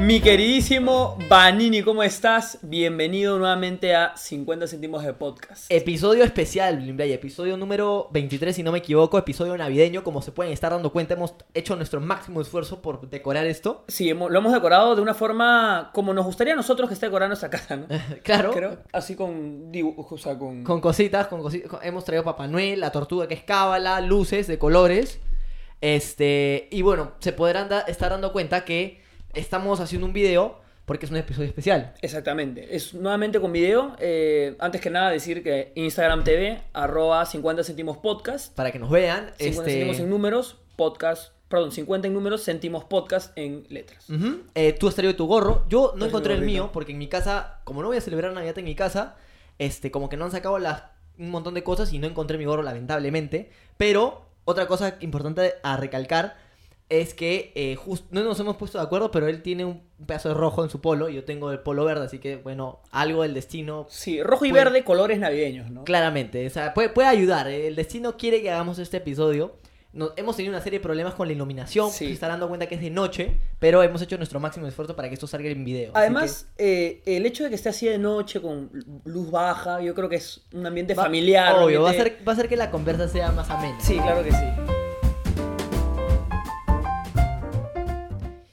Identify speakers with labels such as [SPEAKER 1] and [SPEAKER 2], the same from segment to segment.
[SPEAKER 1] Mi queridísimo Banini, ¿cómo estás? Bienvenido nuevamente a 50 Centimos de Podcast. Eh,
[SPEAKER 2] Episodio especial, Blimblay, episodio número 23, si no me equivoco, episodio navideño. Como se pueden estar dando cuenta, hemos hecho nuestro máximo esfuerzo por decorar esto.
[SPEAKER 1] Sí, hemos- lo hemos decorado de una forma como nos gustaría a nosotros que esté decorada nuestra casa, ¿no?
[SPEAKER 2] Claro,
[SPEAKER 1] Creo, así con dibujos, o sea, con...
[SPEAKER 2] con cositas, con cositas. con- Hemos traído Papá Noel, la tortuga que es cábala, luces de colores. Este, y bueno, se podrán da- estar dando cuenta que estamos haciendo un video porque es un episodio especial.
[SPEAKER 1] Exactamente. Es nuevamente con video. Eh, antes que nada decir que Instagram TV, arroba 50 Centimos Podcast,
[SPEAKER 2] Para que nos vean.
[SPEAKER 1] 50
[SPEAKER 2] este...
[SPEAKER 1] Centimos en números, podcast, perdón, 50 en números, Centimos Podcast en letras.
[SPEAKER 2] Ujú. Eh, tú has traído tu gorro. Yo no
[SPEAKER 1] Traje
[SPEAKER 2] encontré
[SPEAKER 1] mi
[SPEAKER 2] el
[SPEAKER 1] gorrito.
[SPEAKER 2] mío porque en mi casa, como no voy a celebrar Navidad en mi casa, este, como que no han sacado las, un montón de cosas y no encontré mi gorro, lamentablemente. Pero otra cosa importante a recalcar es que eh, jus- no nos hemos puesto de acuerdo, pero él tiene un pedazo de rojo en su polo y yo tengo el polo verde, así que bueno, algo del destino.
[SPEAKER 1] Sí, rojo y
[SPEAKER 2] Puede-
[SPEAKER 1] verde, colores navideños, ¿no?
[SPEAKER 2] Claramente, o sea, puede, puede ayudar. ¿eh? El destino quiere que hagamos este episodio. Nos- hemos tenido una serie de problemas con la iluminación.
[SPEAKER 1] Sí.
[SPEAKER 2] Se están dando cuenta que es de noche, pero hemos hecho nuestro máximo esfuerzo para que esto salga en video. Así
[SPEAKER 1] Además, eh, el hecho de que esté así de noche con luz baja, yo creo que es un ambiente
[SPEAKER 2] que va-
[SPEAKER 1] familiar. un
[SPEAKER 2] Obvio, va a,
[SPEAKER 1] ambiente-
[SPEAKER 2] ser, va a ser que la conversa sea más amena.
[SPEAKER 1] Sí, claro que sí.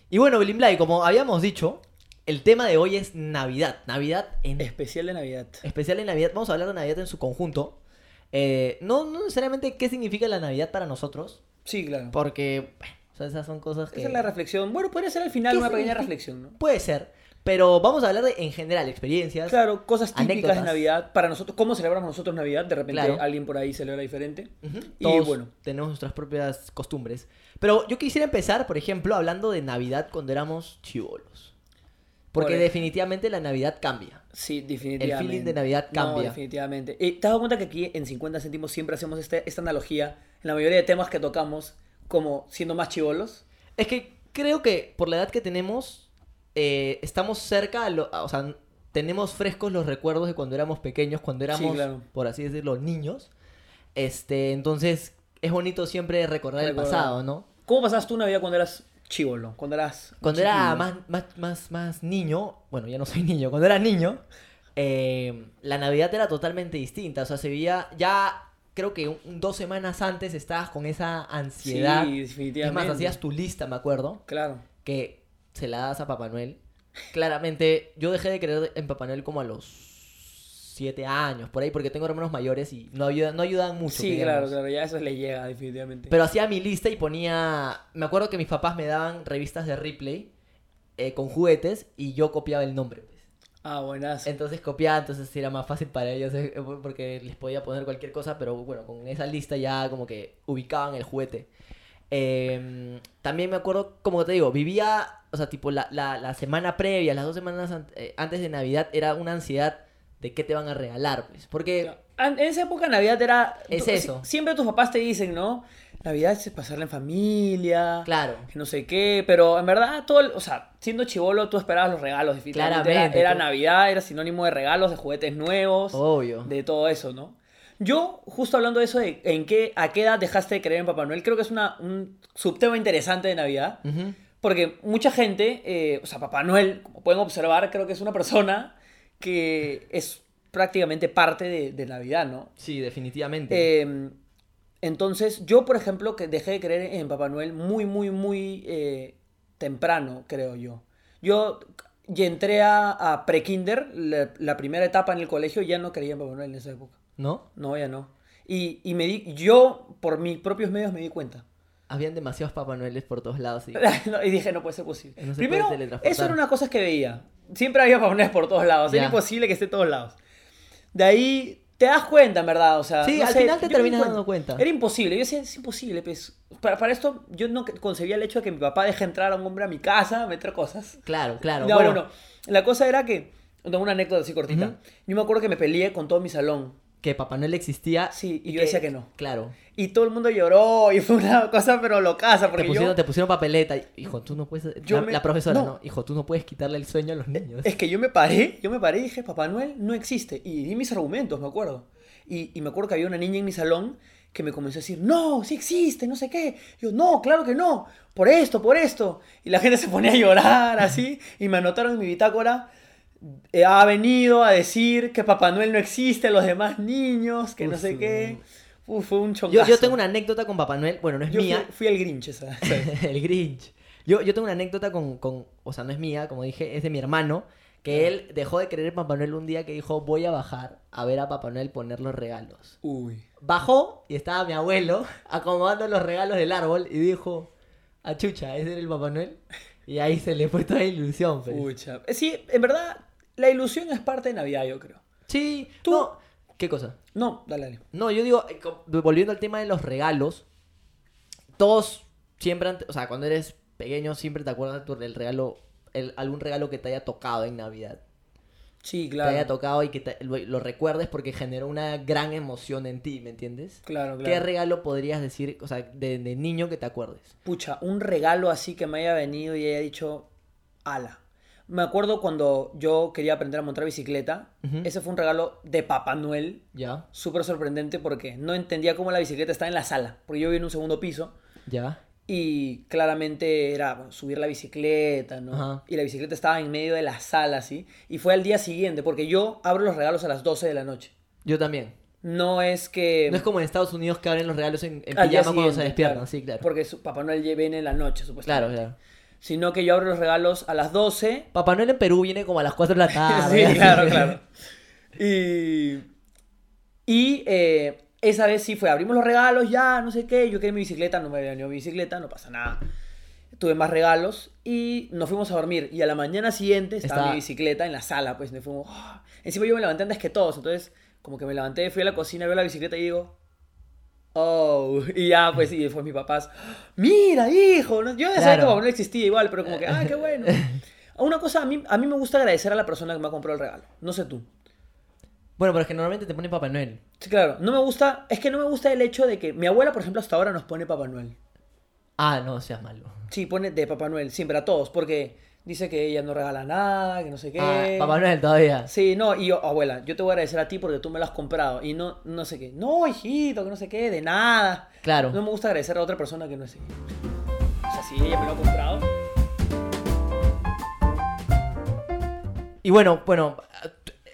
[SPEAKER 2] Y bueno, Blimblay, como habíamos dicho, el tema de hoy es Navidad. Navidad en
[SPEAKER 1] Especial de Navidad.
[SPEAKER 2] especial en Navidad. Vamos a hablar de Navidad en su conjunto. Eh, no, no necesariamente qué significa la Navidad para nosotros,
[SPEAKER 1] Sí, claro.
[SPEAKER 2] porque bueno, o sea, esas son cosas que...
[SPEAKER 1] Esa es la reflexión. Bueno, podría ser al final
[SPEAKER 2] Eh, ¿Qué
[SPEAKER 1] una pequeña
[SPEAKER 2] significa?
[SPEAKER 1] reflexión, ¿no?
[SPEAKER 2] Puede ser, pero vamos a hablar de, en general experiencias.
[SPEAKER 1] Claro, cosas típicas
[SPEAKER 2] Anécdotas.
[SPEAKER 1] de Navidad. Para nosotros, ¿cómo celebramos nosotros Navidad? De repente
[SPEAKER 2] Claro.
[SPEAKER 1] alguien por ahí celebra diferente.
[SPEAKER 2] Ujú.
[SPEAKER 1] Y
[SPEAKER 2] Todos
[SPEAKER 1] bueno.
[SPEAKER 2] tenemos nuestras propias costumbres. Pero yo quisiera empezar, por ejemplo, hablando de Navidad cuando éramos chivolos. Porque
[SPEAKER 1] Por-
[SPEAKER 2] definitivamente la Navidad cambia.
[SPEAKER 1] Sí, definitivamente.
[SPEAKER 2] El feeling de Navidad
[SPEAKER 1] No,
[SPEAKER 2] cambia.
[SPEAKER 1] definitivamente. Eh, ¿Te has dado cuenta que aquí en 50 céntimos siempre hacemos este- esta analogía en la mayoría de temas que tocamos como siendo más chivolos?
[SPEAKER 2] Es que creo que por la edad que tenemos, eh, estamos cerca, a lo- a- o sea, tenemos frescos los recuerdos de cuando éramos pequeños, cuando éramos,
[SPEAKER 1] claro.
[SPEAKER 2] por así decirlo, niños. Este, entonces es bonito siempre recordar el
[SPEAKER 1] Recordar.
[SPEAKER 2] pasado, ¿no?
[SPEAKER 1] ¿Cómo pasabas tú Navidad cuando eras chivolo? Cuando eras.
[SPEAKER 2] Cuando era
[SPEAKER 1] chiquillo?
[SPEAKER 2] más, más, más, más niño, bueno, ya no soy niño, cuando era niño, eh, la Navidad era totalmente distinta. O sea, se veía ya, creo que un- dos semanas antes estabas con esa ansiedad.
[SPEAKER 1] Sí,
[SPEAKER 2] es
[SPEAKER 1] definitivamente.
[SPEAKER 2] más, hacías tu lista, me acuerdo,
[SPEAKER 1] Claro.
[SPEAKER 2] que se la das a Papá Noel. Claramente, yo dejé de creer en Papá Noel como a los siete años, por ahí, porque tengo hermanos mayores y no, ayuda, no ayudan mucho.
[SPEAKER 1] sí,
[SPEAKER 2] que
[SPEAKER 1] claro,
[SPEAKER 2] digamos.
[SPEAKER 1] claro. Ya eso le llega, definitivamente.
[SPEAKER 2] Pero hacía mi lista y ponía. Me acuerdo que mis papás me daban revistas de replay con juguetes y yo copiaba el nombre. pues.
[SPEAKER 1] Ah, buenas.
[SPEAKER 2] Entonces copiaba, entonces era más fácil para ellos eh, porque les podía poner cualquier cosa, pero bueno, con esa lista ya como que ubicaban el juguete. Eh, también me acuerdo, como te digo, vivía, o sea, tipo la, la- la semana previa, las dos semanas an- eh, antes de Navidad, era una ansiedad de qué te van a regalar, pues. Porque
[SPEAKER 1] En esa época Navidad era.
[SPEAKER 2] Es
[SPEAKER 1] tú-
[SPEAKER 2] eso.
[SPEAKER 1] si- Siempre tus papás te dicen, ¿no? Navidad es pasarla en familia.
[SPEAKER 2] Claro.
[SPEAKER 1] que No sé qué, pero en verdad, todo, el- o sea, siendo chivolo, tú esperabas los regalos, definitivamente. Era-
[SPEAKER 2] Claramente,
[SPEAKER 1] Era,
[SPEAKER 2] tú-
[SPEAKER 1] Navidad, era sinónimo de regalos, de juguetes nuevos.
[SPEAKER 2] Obvio.
[SPEAKER 1] de todo eso, ¿no? Yo, justo hablando de eso, de en qué, a qué edad dejaste de creer en Papá Noel, creo que es una, un subtema interesante de Navidad,
[SPEAKER 2] Ujú.
[SPEAKER 1] porque mucha gente, eh, o sea, Papá Noel, como pueden observar, creo que es una persona que es prácticamente parte de, de Navidad, ¿no?
[SPEAKER 2] Sí, definitivamente.
[SPEAKER 1] Eh, entonces, yo, por ejemplo, que dejé de creer en Papá Noel muy, muy, muy eh, temprano, creo yo. Yo y entré a, a pre-kinder, la, la primera etapa en el colegio, y ya no creía en Papá Noel en esa época.
[SPEAKER 2] ¿No?
[SPEAKER 1] No, ya no. Y, y me di, yo, por mis propios medios, me di cuenta.
[SPEAKER 2] Habían demasiados Papá Noeles por todos lados. Y...
[SPEAKER 1] No, y dije, no puede ser posible.
[SPEAKER 2] No se puede
[SPEAKER 1] Primero,
[SPEAKER 2] teletransportar.
[SPEAKER 1] eso era una cosa que veía. Siempre había papones por todos lados.
[SPEAKER 2] Ya.
[SPEAKER 1] Era imposible que esté en todos lados. De ahí, te das cuenta, en verdad. O sea,
[SPEAKER 2] Sí,
[SPEAKER 1] no
[SPEAKER 2] al
[SPEAKER 1] sé,
[SPEAKER 2] final te
[SPEAKER 1] yo me di
[SPEAKER 2] terminas dando cuenta.
[SPEAKER 1] Era imposible. Yo decía, es imposible. pues. Para, para esto, yo no concebía el hecho de que mi papá deje entrar a un hombre a mi casa, a meter cosas.
[SPEAKER 2] Claro, claro.
[SPEAKER 1] No,
[SPEAKER 2] bueno,
[SPEAKER 1] bueno. la cosa era que. tengo Una anécdota así cortita. Yo me acuerdo que me peleé con todo mi salón.
[SPEAKER 2] que Papá Noel existía.
[SPEAKER 1] Sí, y yo decía que no.
[SPEAKER 2] Claro.
[SPEAKER 1] Y todo el mundo lloró y fue una cosa pero locaza porque
[SPEAKER 2] te, pusieron,
[SPEAKER 1] yo
[SPEAKER 2] te pusieron papeleta. Hijo, tú no puedes.
[SPEAKER 1] Yo
[SPEAKER 2] la,
[SPEAKER 1] me-
[SPEAKER 2] la profesora,
[SPEAKER 1] no. Eh,
[SPEAKER 2] no. Hijo, tú no puedes quitarle el sueño a los niños.
[SPEAKER 1] es que yo me paré, yo me paré y dije, "Papá Noel no existe." Y di mis argumentos, me acuerdo. Y, y me acuerdo que había una niña en mi salón que me comenzó a decir, no, sí existe, no sé qué. Y yo, no, claro que no, por esto, por esto. Y la gente se ponía a llorar así y me anotaron en mi bitácora. eh, ha venido a decir que Papá Noel no existe, los demás niños, que no sé
[SPEAKER 2] Ujú.
[SPEAKER 1] qué. Uf, fue un
[SPEAKER 2] Yo,
[SPEAKER 1] choncazo.
[SPEAKER 2] yo tengo una anécdota con Papá Noel, bueno, no es
[SPEAKER 1] Yo
[SPEAKER 2] mía,
[SPEAKER 1] fui, fui el Grinch esa. esa vez.
[SPEAKER 2] el Grinch. Yo, yo tengo una anécdota con, con, o sea, no es mía, como dije, es de mi hermano, que él dejó de creer en Papá Noel un día que dijo, voy a bajar a ver a Papá Noel poner los regalos.
[SPEAKER 1] Uy.
[SPEAKER 2] Bajó y estaba mi abuelo acomodando los regalos del árbol y dijo, "Ah, achucha, ese era el Papá Noel. Y ahí se le fue toda la ilusión. pues.
[SPEAKER 1] Pucha. Eh, Sí, en verdad, la ilusión es parte de Navidad, yo creo.
[SPEAKER 2] Sí,
[SPEAKER 1] Tú-
[SPEAKER 2] tú... No. ¿Qué cosa?
[SPEAKER 1] No, dale, dale.
[SPEAKER 2] No, yo digo, eh, co- volviendo al tema de los regalos, todos siempre, han- o sea, cuando eres pequeño siempre te acuerdas de tu- del regalo, el, algún regalo que te haya tocado en Navidad.
[SPEAKER 1] Sí,
[SPEAKER 2] Te haya
[SPEAKER 1] claro.
[SPEAKER 2] tocado y que te- lo, lo recuerdes porque generó una gran emoción en ti, ¿me entiendes?
[SPEAKER 1] Claro,
[SPEAKER 2] ¿Qué
[SPEAKER 1] claro.
[SPEAKER 2] regalo podrías decir, o sea, de, de niño que te acuerdes?
[SPEAKER 1] Pucha, un regalo así que me haya venido y haya dicho, ala. Me acuerdo cuando yo quería aprender a montar bicicleta.
[SPEAKER 2] Ujú.
[SPEAKER 1] Ese fue un regalo de Papá Noel.
[SPEAKER 2] Ya,
[SPEAKER 1] Súper sorprendente porque no entendía cómo la bicicleta estaba en la sala. Porque yo vivía en un segundo piso.
[SPEAKER 2] ya.
[SPEAKER 1] Y claramente era bueno, subir la bicicleta, ¿no?
[SPEAKER 2] Ajá.
[SPEAKER 1] Y la bicicleta estaba en medio de la sala, así. Y fue al día siguiente, porque yo abro los regalos a las 12 de la noche.
[SPEAKER 2] Yo también.
[SPEAKER 1] No es que...
[SPEAKER 2] No es como en Estados Unidos que abren los regalos en, en
[SPEAKER 1] al día
[SPEAKER 2] pijama cuando se
[SPEAKER 1] siguiente,
[SPEAKER 2] despiertan,
[SPEAKER 1] claro,
[SPEAKER 2] sí, claro.
[SPEAKER 1] Porque su Papá Noel ya viene en la noche,
[SPEAKER 2] Claro,
[SPEAKER 1] supuestamente.
[SPEAKER 2] claro.
[SPEAKER 1] Sino que yo abro los regalos a las 12.
[SPEAKER 2] Papá Noel en Perú viene como a las 4 de la
[SPEAKER 1] sí,
[SPEAKER 2] tarde.
[SPEAKER 1] claro, claro. Y... Y eh, esa vez sí fue, abrimos los regalos, ya, no sé qué. Yo quería mi bicicleta, no me había venido mi bicicleta, no pasa nada. Tuve más regalos y nos fuimos a dormir. Y a la mañana siguiente estaba
[SPEAKER 2] Está-
[SPEAKER 1] mi bicicleta en la sala, pues. Nos fuimos, ¡ah! Encima yo me levanté antes que todos, entonces como que me levanté, fui a la cocina, veo la bicicleta y digo... Oh, y ya, pues, y después mis papás, mira, hijo, ¿no? yo ya sabía que
[SPEAKER 2] Claro.
[SPEAKER 1] Papá Noel existía igual, pero como que, ah, qué bueno. Una cosa, a mí, a mí me gusta agradecer a la persona que me ha comprado el regalo, no sé tú.
[SPEAKER 2] Bueno, pero es que normalmente te ponen Papá Noel.
[SPEAKER 1] Sí, claro. No me gusta, es que no me gusta el hecho de que mi abuela, por ejemplo, hasta ahora nos pone Papá Noel.
[SPEAKER 2] Ah, no seas malo.
[SPEAKER 1] Sí, pone de Papá Noel, siempre a todos, porque dice que ella no regala nada, que no sé qué.
[SPEAKER 2] Ah, Papá Noel todavía.
[SPEAKER 1] Sí, no, y yo, abuela, yo te voy a agradecer a ti porque tú me lo has comprado. Y no, no sé qué. No, hijito, que no sé qué, de nada.
[SPEAKER 2] Claro.
[SPEAKER 1] No me gusta agradecer a otra persona que no es ella. O sea, si ella me lo ha comprado.
[SPEAKER 2] Y bueno, bueno,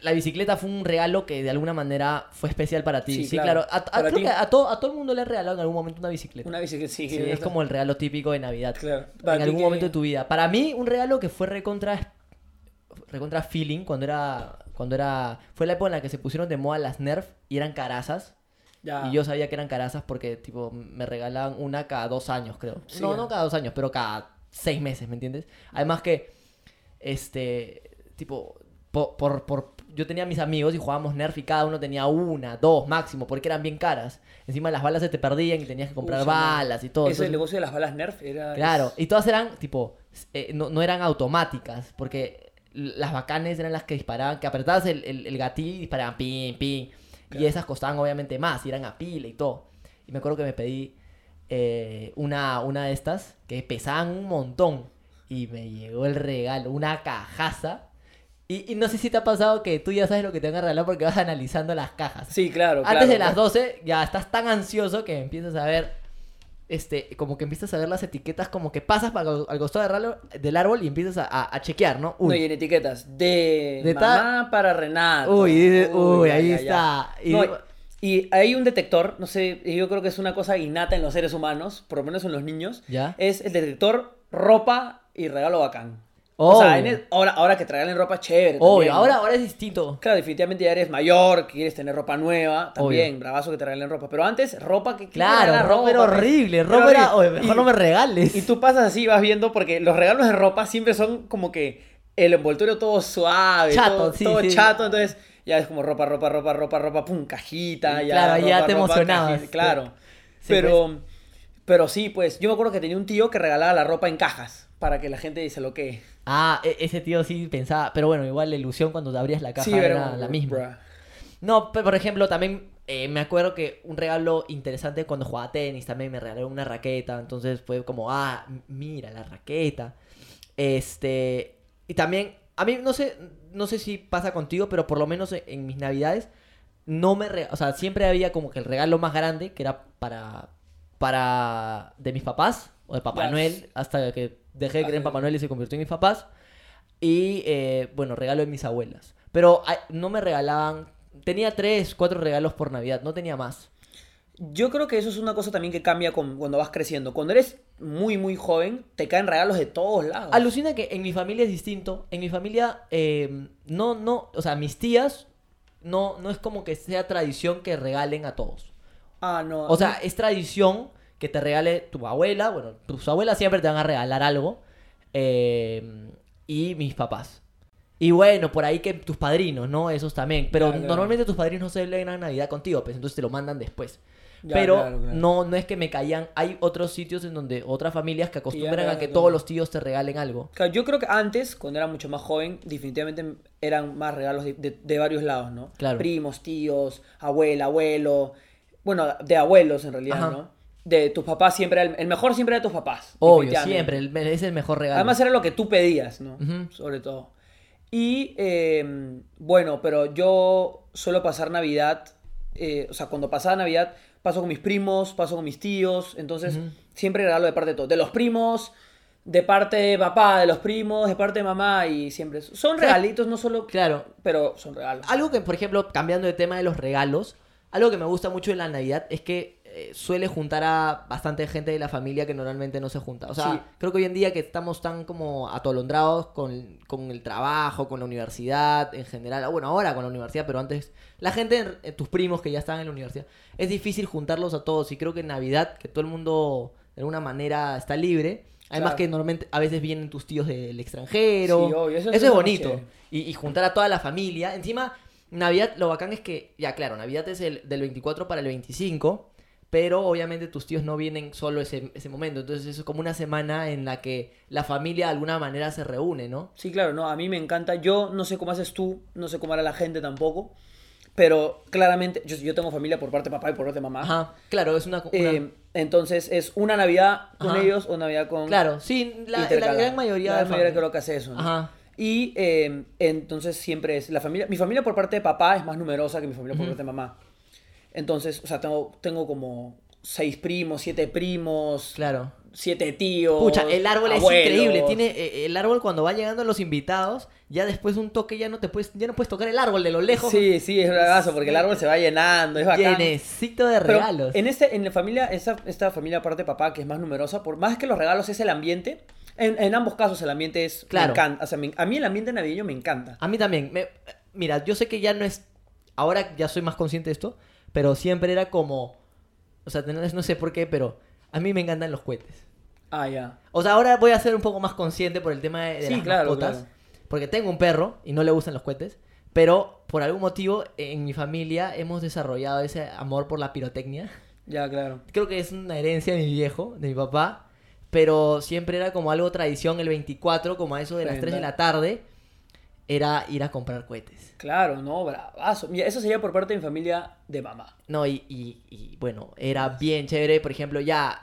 [SPEAKER 2] la bicicleta fue un regalo que de alguna manera fue especial para ti.
[SPEAKER 1] Sí,
[SPEAKER 2] Sí,
[SPEAKER 1] claro.
[SPEAKER 2] claro. A, a-
[SPEAKER 1] Para
[SPEAKER 2] creo
[SPEAKER 1] ti.
[SPEAKER 2] que a todo, a todo el mundo le han regalado en algún momento una bicicleta.
[SPEAKER 1] Una bicicleta, sí.
[SPEAKER 2] Sí, es
[SPEAKER 1] ¿verdad?
[SPEAKER 2] como el regalo típico de Navidad.
[SPEAKER 1] Claro. Para
[SPEAKER 2] En
[SPEAKER 1] ti
[SPEAKER 2] algún
[SPEAKER 1] que-
[SPEAKER 2] momento de tu vida. Para mí, un regalo que fue recontra, recontra feeling cuando era, cuando era, fue la época en la que se pusieron de moda las Nerf y eran carazas.
[SPEAKER 1] Ya.
[SPEAKER 2] Y yo sabía que eran carazas porque, tipo, me regalaban una cada dos años, creo.
[SPEAKER 1] Sí,
[SPEAKER 2] no,
[SPEAKER 1] ya.
[SPEAKER 2] no cada dos años, pero cada seis meses, ¿me entiendes? Además que, este, tipo, po- por, por, yo tenía mis amigos y jugábamos Nerf y cada uno tenía una, dos máximo, porque eran bien caras. Encima las balas se te perdían y tenías que comprar
[SPEAKER 1] Uy, ya, man.
[SPEAKER 2] balas y todo.
[SPEAKER 1] Ese
[SPEAKER 2] Entonces,
[SPEAKER 1] negocio de las balas Nerf era.
[SPEAKER 2] Claro, y todas eran, tipo, eh, no, no eran automáticas, porque l- las bacanes eran las que disparaban, que apretabas el, el, el gatillo y disparaban pim, pim.
[SPEAKER 1] Claro.
[SPEAKER 2] Y esas costaban obviamente más, y eran a pila y todo. Y me acuerdo que me pedí eh, una, una de estas que pesaban un montón. Y me llegó el regalo, una cajaza. Y, y no sé si te ha pasado que tú ya sabes lo que te van a regalar porque vas analizando las cajas.
[SPEAKER 1] Sí, claro.
[SPEAKER 2] Antes de
[SPEAKER 1] claro.
[SPEAKER 2] las 12 ya estás tan ansioso que empiezas a ver, este, como que empiezas a ver las etiquetas, como que pasas para al costado del ralo- del árbol y empiezas a, a- a chequear, ¿no?
[SPEAKER 1] No,
[SPEAKER 2] Uy,
[SPEAKER 1] y en etiquetas. De,
[SPEAKER 2] De ta-
[SPEAKER 1] mamá para Renato.
[SPEAKER 2] uy, dices, uy,
[SPEAKER 1] ya,
[SPEAKER 2] ahí
[SPEAKER 1] ya, ya.
[SPEAKER 2] está. Y
[SPEAKER 1] No,
[SPEAKER 2] digo,
[SPEAKER 1] y hay un detector, no sé, yo creo que es una cosa innata en los seres humanos, por lo menos en los niños.
[SPEAKER 2] ¿Ya?
[SPEAKER 1] Es el detector ropa y regalo bacán. O
[SPEAKER 2] Obvio.
[SPEAKER 1] sea, en el- ahora, ahora que te regalen ropa chévere.
[SPEAKER 2] Obvio,
[SPEAKER 1] también, ¿no?
[SPEAKER 2] Oh, ahora, ahora es distinto.
[SPEAKER 1] Claro, definitivamente ya eres mayor, que quieres tener ropa nueva, también,
[SPEAKER 2] Obvio.
[SPEAKER 1] bravazo que te regalen ropa. Pero antes, ropa que... ¿quién te regala
[SPEAKER 2] Claro, ropa era
[SPEAKER 1] pe?
[SPEAKER 2] horrible,
[SPEAKER 1] Era
[SPEAKER 2] ropa era,
[SPEAKER 1] horrible.
[SPEAKER 2] oye, mejor
[SPEAKER 1] Y-
[SPEAKER 2] no me regales.
[SPEAKER 1] y tú pasas así, vas viendo, porque los regalos de ropa siempre son como que el envoltorio todo suave,
[SPEAKER 2] Chato,
[SPEAKER 1] todo,
[SPEAKER 2] sí,
[SPEAKER 1] todo
[SPEAKER 2] sí.
[SPEAKER 1] chato, entonces ya es como ropa, ropa, ropa, ropa, ropa, pum, cajita,
[SPEAKER 2] Y
[SPEAKER 1] ya.
[SPEAKER 2] claro, ya
[SPEAKER 1] ropa,
[SPEAKER 2] te
[SPEAKER 1] ropa,
[SPEAKER 2] emocionabas.
[SPEAKER 1] cajita, claro.
[SPEAKER 2] Sí, pues.
[SPEAKER 1] pero, pero sí, pues, yo me acuerdo que tenía un tío que regalaba la ropa en cajas para que la gente se lo que.
[SPEAKER 2] Ah, e- ese tío sí pensaba, pero bueno, igual la ilusión cuando te abrías la caja
[SPEAKER 1] Sí,
[SPEAKER 2] era,
[SPEAKER 1] como,
[SPEAKER 2] la misma.
[SPEAKER 1] bruh.
[SPEAKER 2] No, pero por ejemplo, también eh, me acuerdo que un regalo interesante cuando jugaba tenis, también me regalaron una raqueta, entonces fue como, ah, m- mira la raqueta. Este, y también, a mí no sé, no sé si pasa contigo, pero por lo menos en, en mis e, navidades, no me... re- O sea, siempre había como que el regalo más grande, que era para... para de mis papás, o de Papá
[SPEAKER 1] Ya.
[SPEAKER 2] Noel, hasta que dejé de creer en
[SPEAKER 1] Ajá.
[SPEAKER 2] Papá Noel y se convirtió en mis papás. Y, eh, bueno, regalo de mis abuelas. Pero ah, no me regalaban... Tenía tres, cuatro regalos por Navidad, no tenía más.
[SPEAKER 1] Yo creo que eso es una cosa también que cambia con- cuando vas creciendo. Cuando eres muy, muy joven, te caen regalos de todos lados.
[SPEAKER 2] Alucina que en mi familia es distinto. En mi familia, eh, no, no, o sea, mis tías, no, no es como que sea tradición que regalen a todos.
[SPEAKER 1] Ah, no.
[SPEAKER 2] O sea, es tradición que te regale tu abuela, bueno, tus abuelas siempre te van a regalar algo, eh, y mis papás. Y bueno, por ahí que tus padrinos, ¿no? Esos también. Pero
[SPEAKER 1] Claro.
[SPEAKER 2] normalmente tus padrinos no celebran Navidad contigo, pues entonces te lo mandan después.
[SPEAKER 1] Ya,
[SPEAKER 2] Pero
[SPEAKER 1] claro, claro.
[SPEAKER 2] no no es que me caían. Hay otros sitios en donde otras familias que acostumbran a
[SPEAKER 1] claro,
[SPEAKER 2] que
[SPEAKER 1] claro.
[SPEAKER 2] todos los tíos te regalen algo.
[SPEAKER 1] Claro, yo creo que antes, cuando era mucho más joven, definitivamente eran más regalos de, de- de varios lados, ¿no?
[SPEAKER 2] Claro.
[SPEAKER 1] Primos, tíos, abuela, abuelo. Bueno, de abuelos en realidad,
[SPEAKER 2] Ajá.
[SPEAKER 1] ¿no? De tus papás siempre, era el, el mejor siempre era tus papás.
[SPEAKER 2] Obvio,
[SPEAKER 1] definitivamente.
[SPEAKER 2] siempre. el- es el mejor regalo.
[SPEAKER 1] Además era lo que tú pedías, ¿no?
[SPEAKER 2] Ujú.
[SPEAKER 1] Sobre todo. Y eh, bueno, pero yo suelo pasar Navidad, eh, o sea, cuando pasaba Navidad paso con mis primos, paso con mis tíos, entonces siempre regalo de parte de todos, de los primos, de parte de papá, de los primos, de parte de mamá y siempre son
[SPEAKER 2] Claro.
[SPEAKER 1] regalitos, no solo,
[SPEAKER 2] claro.
[SPEAKER 1] pero son regalos.
[SPEAKER 2] Algo que, por ejemplo, cambiando de tema de los regalos, algo que me gusta mucho de la Navidad es que eh, suele juntar a bastante gente de la familia que normalmente no se junta. O sea,
[SPEAKER 1] Sí.
[SPEAKER 2] creo que hoy en día que estamos tan como atolondrados con, con el trabajo, con la universidad en general, bueno, ahora con la universidad, pero antes, la gente, en- eh, tus primos que ya están en la universidad, es difícil juntarlos a todos y creo que en Navidad, que todo el mundo de alguna manera está libre, además
[SPEAKER 1] Claro.
[SPEAKER 2] que normalmente a veces vienen tus tíos del extranjero,
[SPEAKER 1] Sí, obvio, eso-
[SPEAKER 2] eso
[SPEAKER 1] eso
[SPEAKER 2] es
[SPEAKER 1] es
[SPEAKER 2] bonito
[SPEAKER 1] chévere.
[SPEAKER 2] y, y juntar a toda la familia. Encima, Navidad, lo bacán es que, ya claro, Navidad es el, del 24 para el 25, pero obviamente tus tíos no vienen solo ese, ese momento. Entonces eso es como una semana en la que la familia de alguna manera se reúne, ¿no?
[SPEAKER 1] Sí, claro, no, a mí me encanta. Yo no sé cómo haces tú, no sé cómo hará la gente tampoco, pero claramente yo, yo tengo familia por parte de papá y por parte de mamá.
[SPEAKER 2] Ajá, claro, es una... una-
[SPEAKER 1] Ah. Eh, entonces es una Navidad con
[SPEAKER 2] Ajá.
[SPEAKER 1] ellos o Navidad con...
[SPEAKER 2] claro, sí, la, la
[SPEAKER 1] intercalada.
[SPEAKER 2] gran mayoría
[SPEAKER 1] La
[SPEAKER 2] de
[SPEAKER 1] gran mayoría
[SPEAKER 2] fam-
[SPEAKER 1] creo que hace eso. ¿no?
[SPEAKER 2] Ajá.
[SPEAKER 1] Y eh, entonces siempre es la familia... Mi familia por parte de papá es más numerosa que mi familia por parte de mamá. Entonces, o sea, tengo, tengo como seis primos, siete primos,
[SPEAKER 2] Claro.
[SPEAKER 1] siete tíos.
[SPEAKER 2] Pucha, el árbol
[SPEAKER 1] abuelos.
[SPEAKER 2] es increíble. Tiene eh, el árbol cuando va llegando los invitados, ya después de un toque ya no te puedes, ya no puedes tocar el árbol de lo lejos.
[SPEAKER 1] Sí, sí, es bravazo porque el árbol se va llenando, es bacán.
[SPEAKER 2] Llenecito de
[SPEAKER 1] Pero
[SPEAKER 2] regalos.
[SPEAKER 1] en, este, en la familia, esta, esta familia aparte de papá, que es más numerosa, por más que los regalos es el ambiente, en, en ambos casos el ambiente es... me
[SPEAKER 2] Claro.
[SPEAKER 1] encanta, o sea, me- a mí el ambiente navideño me encanta.
[SPEAKER 2] A mí también. me- mira, yo sé que ya no es. Ahora ya soy más consciente de esto, pero siempre era como. O sea, tenés- no sé por qué, pero a mí me encantan los cohetes.
[SPEAKER 1] Ah, ya.
[SPEAKER 2] O sea, ahora voy a ser un poco más consciente por el tema de, de
[SPEAKER 1] Sí,
[SPEAKER 2] las
[SPEAKER 1] claro,
[SPEAKER 2] mascotas.
[SPEAKER 1] claro.
[SPEAKER 2] Porque tengo un perro y no le gustan los cohetes. Pero por algún motivo en mi familia hemos desarrollado ese amor por la pirotecnia.
[SPEAKER 1] Ya, claro.
[SPEAKER 2] creo que es una herencia de mi viejo, de mi papá, pero siempre era como algo tradición el 24, como a eso de las 3 de la tarde, era ir a comprar cohetes.
[SPEAKER 1] Claro, no, bravazo. Mira, eso sería por parte de mi familia de mamá.
[SPEAKER 2] No, y, y- y, bueno, era bien chévere, por ejemplo, ya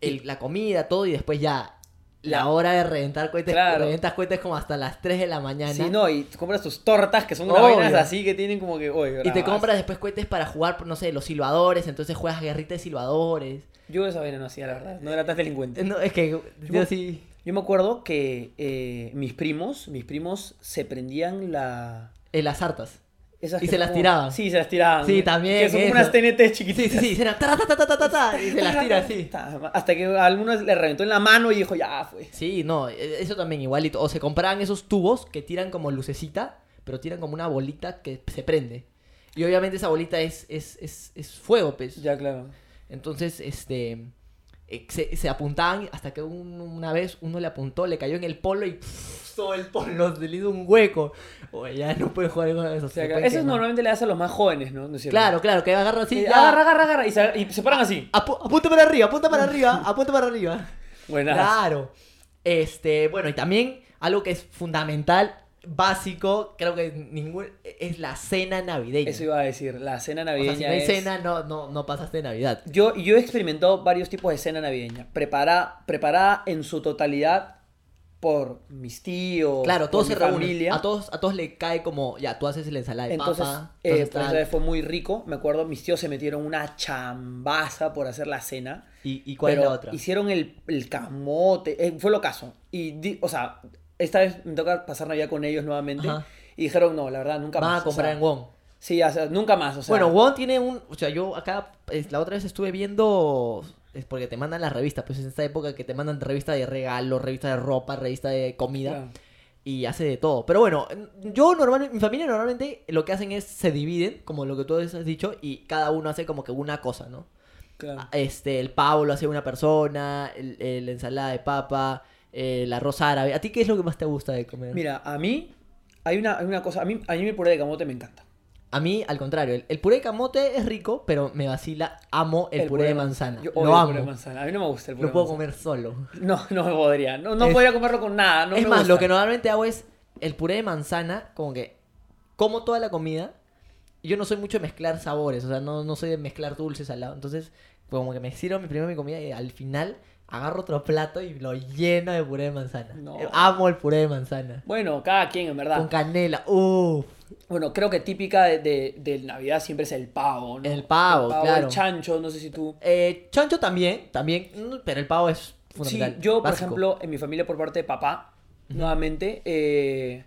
[SPEAKER 2] el- la comida, todo, y después ya la
[SPEAKER 1] Ya.
[SPEAKER 2] hora de reventar cohetes,
[SPEAKER 1] Claro.
[SPEAKER 2] reventas cohetes como hasta las 3 de la mañana.
[SPEAKER 1] Si no, y te compras tus tortas, que son unas
[SPEAKER 2] Obvio.
[SPEAKER 1] vainas así que tienen como que... oye,
[SPEAKER 2] y te
[SPEAKER 1] bravazo.
[SPEAKER 2] compras después cohetes para jugar, no sé, los silbadores, entonces juegas guerrita de silbadores.
[SPEAKER 1] Yo esa vaina no hacía, la verdad. No era tan delincuente.
[SPEAKER 2] Eh, No, es que yo sí...
[SPEAKER 1] Yo me acuerdo que eh, mis primos, mis primos se prendían la...
[SPEAKER 2] En las hartas.
[SPEAKER 1] esas
[SPEAKER 2] Y
[SPEAKER 1] que
[SPEAKER 2] se
[SPEAKER 1] son
[SPEAKER 2] las
[SPEAKER 1] como-
[SPEAKER 2] tiraban.
[SPEAKER 1] Sí, se las tiraban.
[SPEAKER 2] Sí, también,
[SPEAKER 1] Que son como
[SPEAKER 2] eso.
[SPEAKER 1] unas TNT
[SPEAKER 2] Sí,
[SPEAKER 1] chiquititas.
[SPEAKER 2] sí, sí, será ta, ta, ta, ta, ta, ta, ta, y se las tira así.
[SPEAKER 1] Hasta que a algunos le reventó en la mano y dijo, ya fue.
[SPEAKER 2] Sí, no, e- eso también igualito. O se compraban esos tubos que tiran como lucecita, pero tiran como una bolita que se prende. Y obviamente esa bolita es, es, es, es fuego, pues.
[SPEAKER 1] Ya, claro.
[SPEAKER 2] Entonces, este. eh, Se, se apuntaban hasta que un- una vez uno le apuntó, le cayó en el polo y pff, todo el polo se le hizo un hueco. Oye, ya no puede jugar con eso.
[SPEAKER 1] O sea, eso es normalmente le das a los más jóvenes, ¿no? ¿No es cierto?
[SPEAKER 2] Claro, claro, que agarra así.
[SPEAKER 1] Sí,
[SPEAKER 2] ya.
[SPEAKER 1] agarra, agarra, agarra. Y se, y se paran así.
[SPEAKER 2] Apu- apunta para arriba, apunta para arriba, apunta para arriba.
[SPEAKER 1] Buenas.
[SPEAKER 2] Claro. Este, bueno, y también algo que es fundamental, básico, creo que ningún es la cena navideña.
[SPEAKER 1] Eso iba a decir, la cena
[SPEAKER 2] o sea,
[SPEAKER 1] navideña
[SPEAKER 2] si no hay
[SPEAKER 1] es...
[SPEAKER 2] cena, no, no, no pasaste Navidad.
[SPEAKER 1] Yo, yo he experimentado varios tipos de cena navideña. Preparada, preparada en su totalidad por mis tíos,
[SPEAKER 2] Claro,
[SPEAKER 1] por
[SPEAKER 2] todos
[SPEAKER 1] mi
[SPEAKER 2] se reúnen.
[SPEAKER 1] familia.
[SPEAKER 2] A todos, a todos le cae como, ya, tú haces la ensalada de
[SPEAKER 1] Entonces,
[SPEAKER 2] papa.
[SPEAKER 1] eh,
[SPEAKER 2] entonces
[SPEAKER 1] por
[SPEAKER 2] tal,
[SPEAKER 1] esa vez fue muy rico. Me acuerdo, mis tíos se metieron una chambaza por hacer la cena.
[SPEAKER 2] y, y cuál es
[SPEAKER 1] pero
[SPEAKER 2] la otra?
[SPEAKER 1] Hicieron el, el camote, eh, fue lo caso. Y, di- o sea, esta vez me toca pasar Navidad con ellos nuevamente.
[SPEAKER 2] Ajá.
[SPEAKER 1] Y dijeron, no, la verdad, nunca
[SPEAKER 2] Van
[SPEAKER 1] más.
[SPEAKER 2] a
[SPEAKER 1] o
[SPEAKER 2] comprar
[SPEAKER 1] sea,
[SPEAKER 2] en Wong.
[SPEAKER 1] Sí, o sea, nunca más. O sea,
[SPEAKER 2] bueno, Wong tiene un... O sea, yo acá, es- la otra vez estuve viendo... Es porque te mandan las revistas, pues en esta época que te mandan revistas de regalo, revistas de ropa, revistas de comida.
[SPEAKER 1] claro.
[SPEAKER 2] y hace de todo. Pero bueno, yo normalmente, mi familia normalmente lo que hacen es se dividen, como lo que tú has dicho, y cada uno hace como que una cosa, ¿no?
[SPEAKER 1] claro.
[SPEAKER 2] Este, el pavo lo hace una persona, el- el- la ensalada de papa, el arroz árabe. ¿A ti qué es lo que más te gusta de comer?
[SPEAKER 1] Mira, a mí hay una, hay una cosa, a mí, a mí el puré de camote me encanta.
[SPEAKER 2] A mí, al contrario, el, el puré de camote es rico, pero me vacila, amo el, puré, de manzana.
[SPEAKER 1] Yo
[SPEAKER 2] lo
[SPEAKER 1] odio el
[SPEAKER 2] amo.
[SPEAKER 1] puré de manzana. A mí no me gusta el puré
[SPEAKER 2] Lo
[SPEAKER 1] de
[SPEAKER 2] puedo
[SPEAKER 1] manzana.
[SPEAKER 2] comer solo.
[SPEAKER 1] No, no me podría. No, no
[SPEAKER 2] Es-
[SPEAKER 1] podría comerlo con nada. No
[SPEAKER 2] es
[SPEAKER 1] me
[SPEAKER 2] más,
[SPEAKER 1] gusta.
[SPEAKER 2] lo que normalmente hago es el puré de manzana, como que como toda la comida. y Yo no soy mucho de mezclar sabores, o sea, no, no soy de mezclar dulces al lado. Entonces, como que me sirvo mi primero mi comida y al final agarro otro plato y lo lleno de puré de manzana.
[SPEAKER 1] No.
[SPEAKER 2] Eh, Amo el puré de manzana.
[SPEAKER 1] Bueno, cada quien, en verdad.
[SPEAKER 2] Con canela, uff.
[SPEAKER 1] Bueno, creo que típica de, de- del Navidad siempre es el pavo, ¿no?
[SPEAKER 2] El pavo, claro.
[SPEAKER 1] El chancho, no sé si tú.
[SPEAKER 2] Eh, chancho también, también, mm, pero el pavo es
[SPEAKER 1] Sí,
[SPEAKER 2] fundamental.
[SPEAKER 1] yo, por
[SPEAKER 2] básico.
[SPEAKER 1] ejemplo, en mi familia por parte de papá, nuevamente, eh,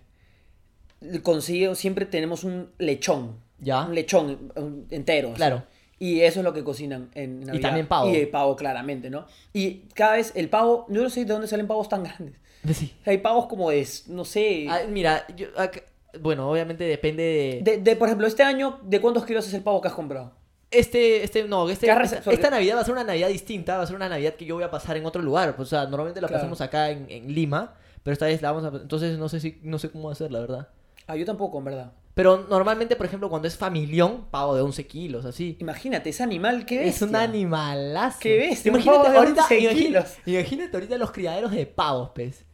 [SPEAKER 1] consigo, siempre tenemos un lechón.
[SPEAKER 2] Ya.
[SPEAKER 1] Un lechón un- entero. así.
[SPEAKER 2] Ah. Claro.
[SPEAKER 1] Y eso es lo que cocinan en Navidad.
[SPEAKER 2] también pavo.
[SPEAKER 1] Y el pavo, claramente, ¿no? Y cada vez el pavo, yo no sé de dónde salen pavos tan grandes.
[SPEAKER 2] Sí.
[SPEAKER 1] Hay pavos como de, no sé...
[SPEAKER 2] Ah, mira, yo, acá- bueno, obviamente depende de...
[SPEAKER 1] De, de, por ejemplo, este año, ¿de cuántos kilos es el pavo que has comprado?
[SPEAKER 2] Este, este, no, este,
[SPEAKER 1] ¿Qué has
[SPEAKER 2] esta,
[SPEAKER 1] rece- sobre-
[SPEAKER 2] esta Navidad va a ser una Navidad distinta, va a ser una Navidad que yo voy a pasar en otro lugar. O sea, normalmente la
[SPEAKER 1] Claro.
[SPEAKER 2] pasamos acá en, en Lima, pero esta vez la vamos a... Entonces no sé si, no sé cómo hacer, la verdad.
[SPEAKER 1] Ah, yo tampoco, en verdad.
[SPEAKER 2] Pero normalmente, por ejemplo, cuando es familión, pavo de 11 kilos, así.
[SPEAKER 1] Imagínate, ese animal, qué
[SPEAKER 2] Es
[SPEAKER 1] bestia.
[SPEAKER 2] un animalazo.
[SPEAKER 1] Qué bestia, un
[SPEAKER 2] Imagínate
[SPEAKER 1] pavo de
[SPEAKER 2] ahorita,
[SPEAKER 1] 11
[SPEAKER 2] imagina-
[SPEAKER 1] kilos.
[SPEAKER 2] imagínate ahorita los criaderos de pavos, pez.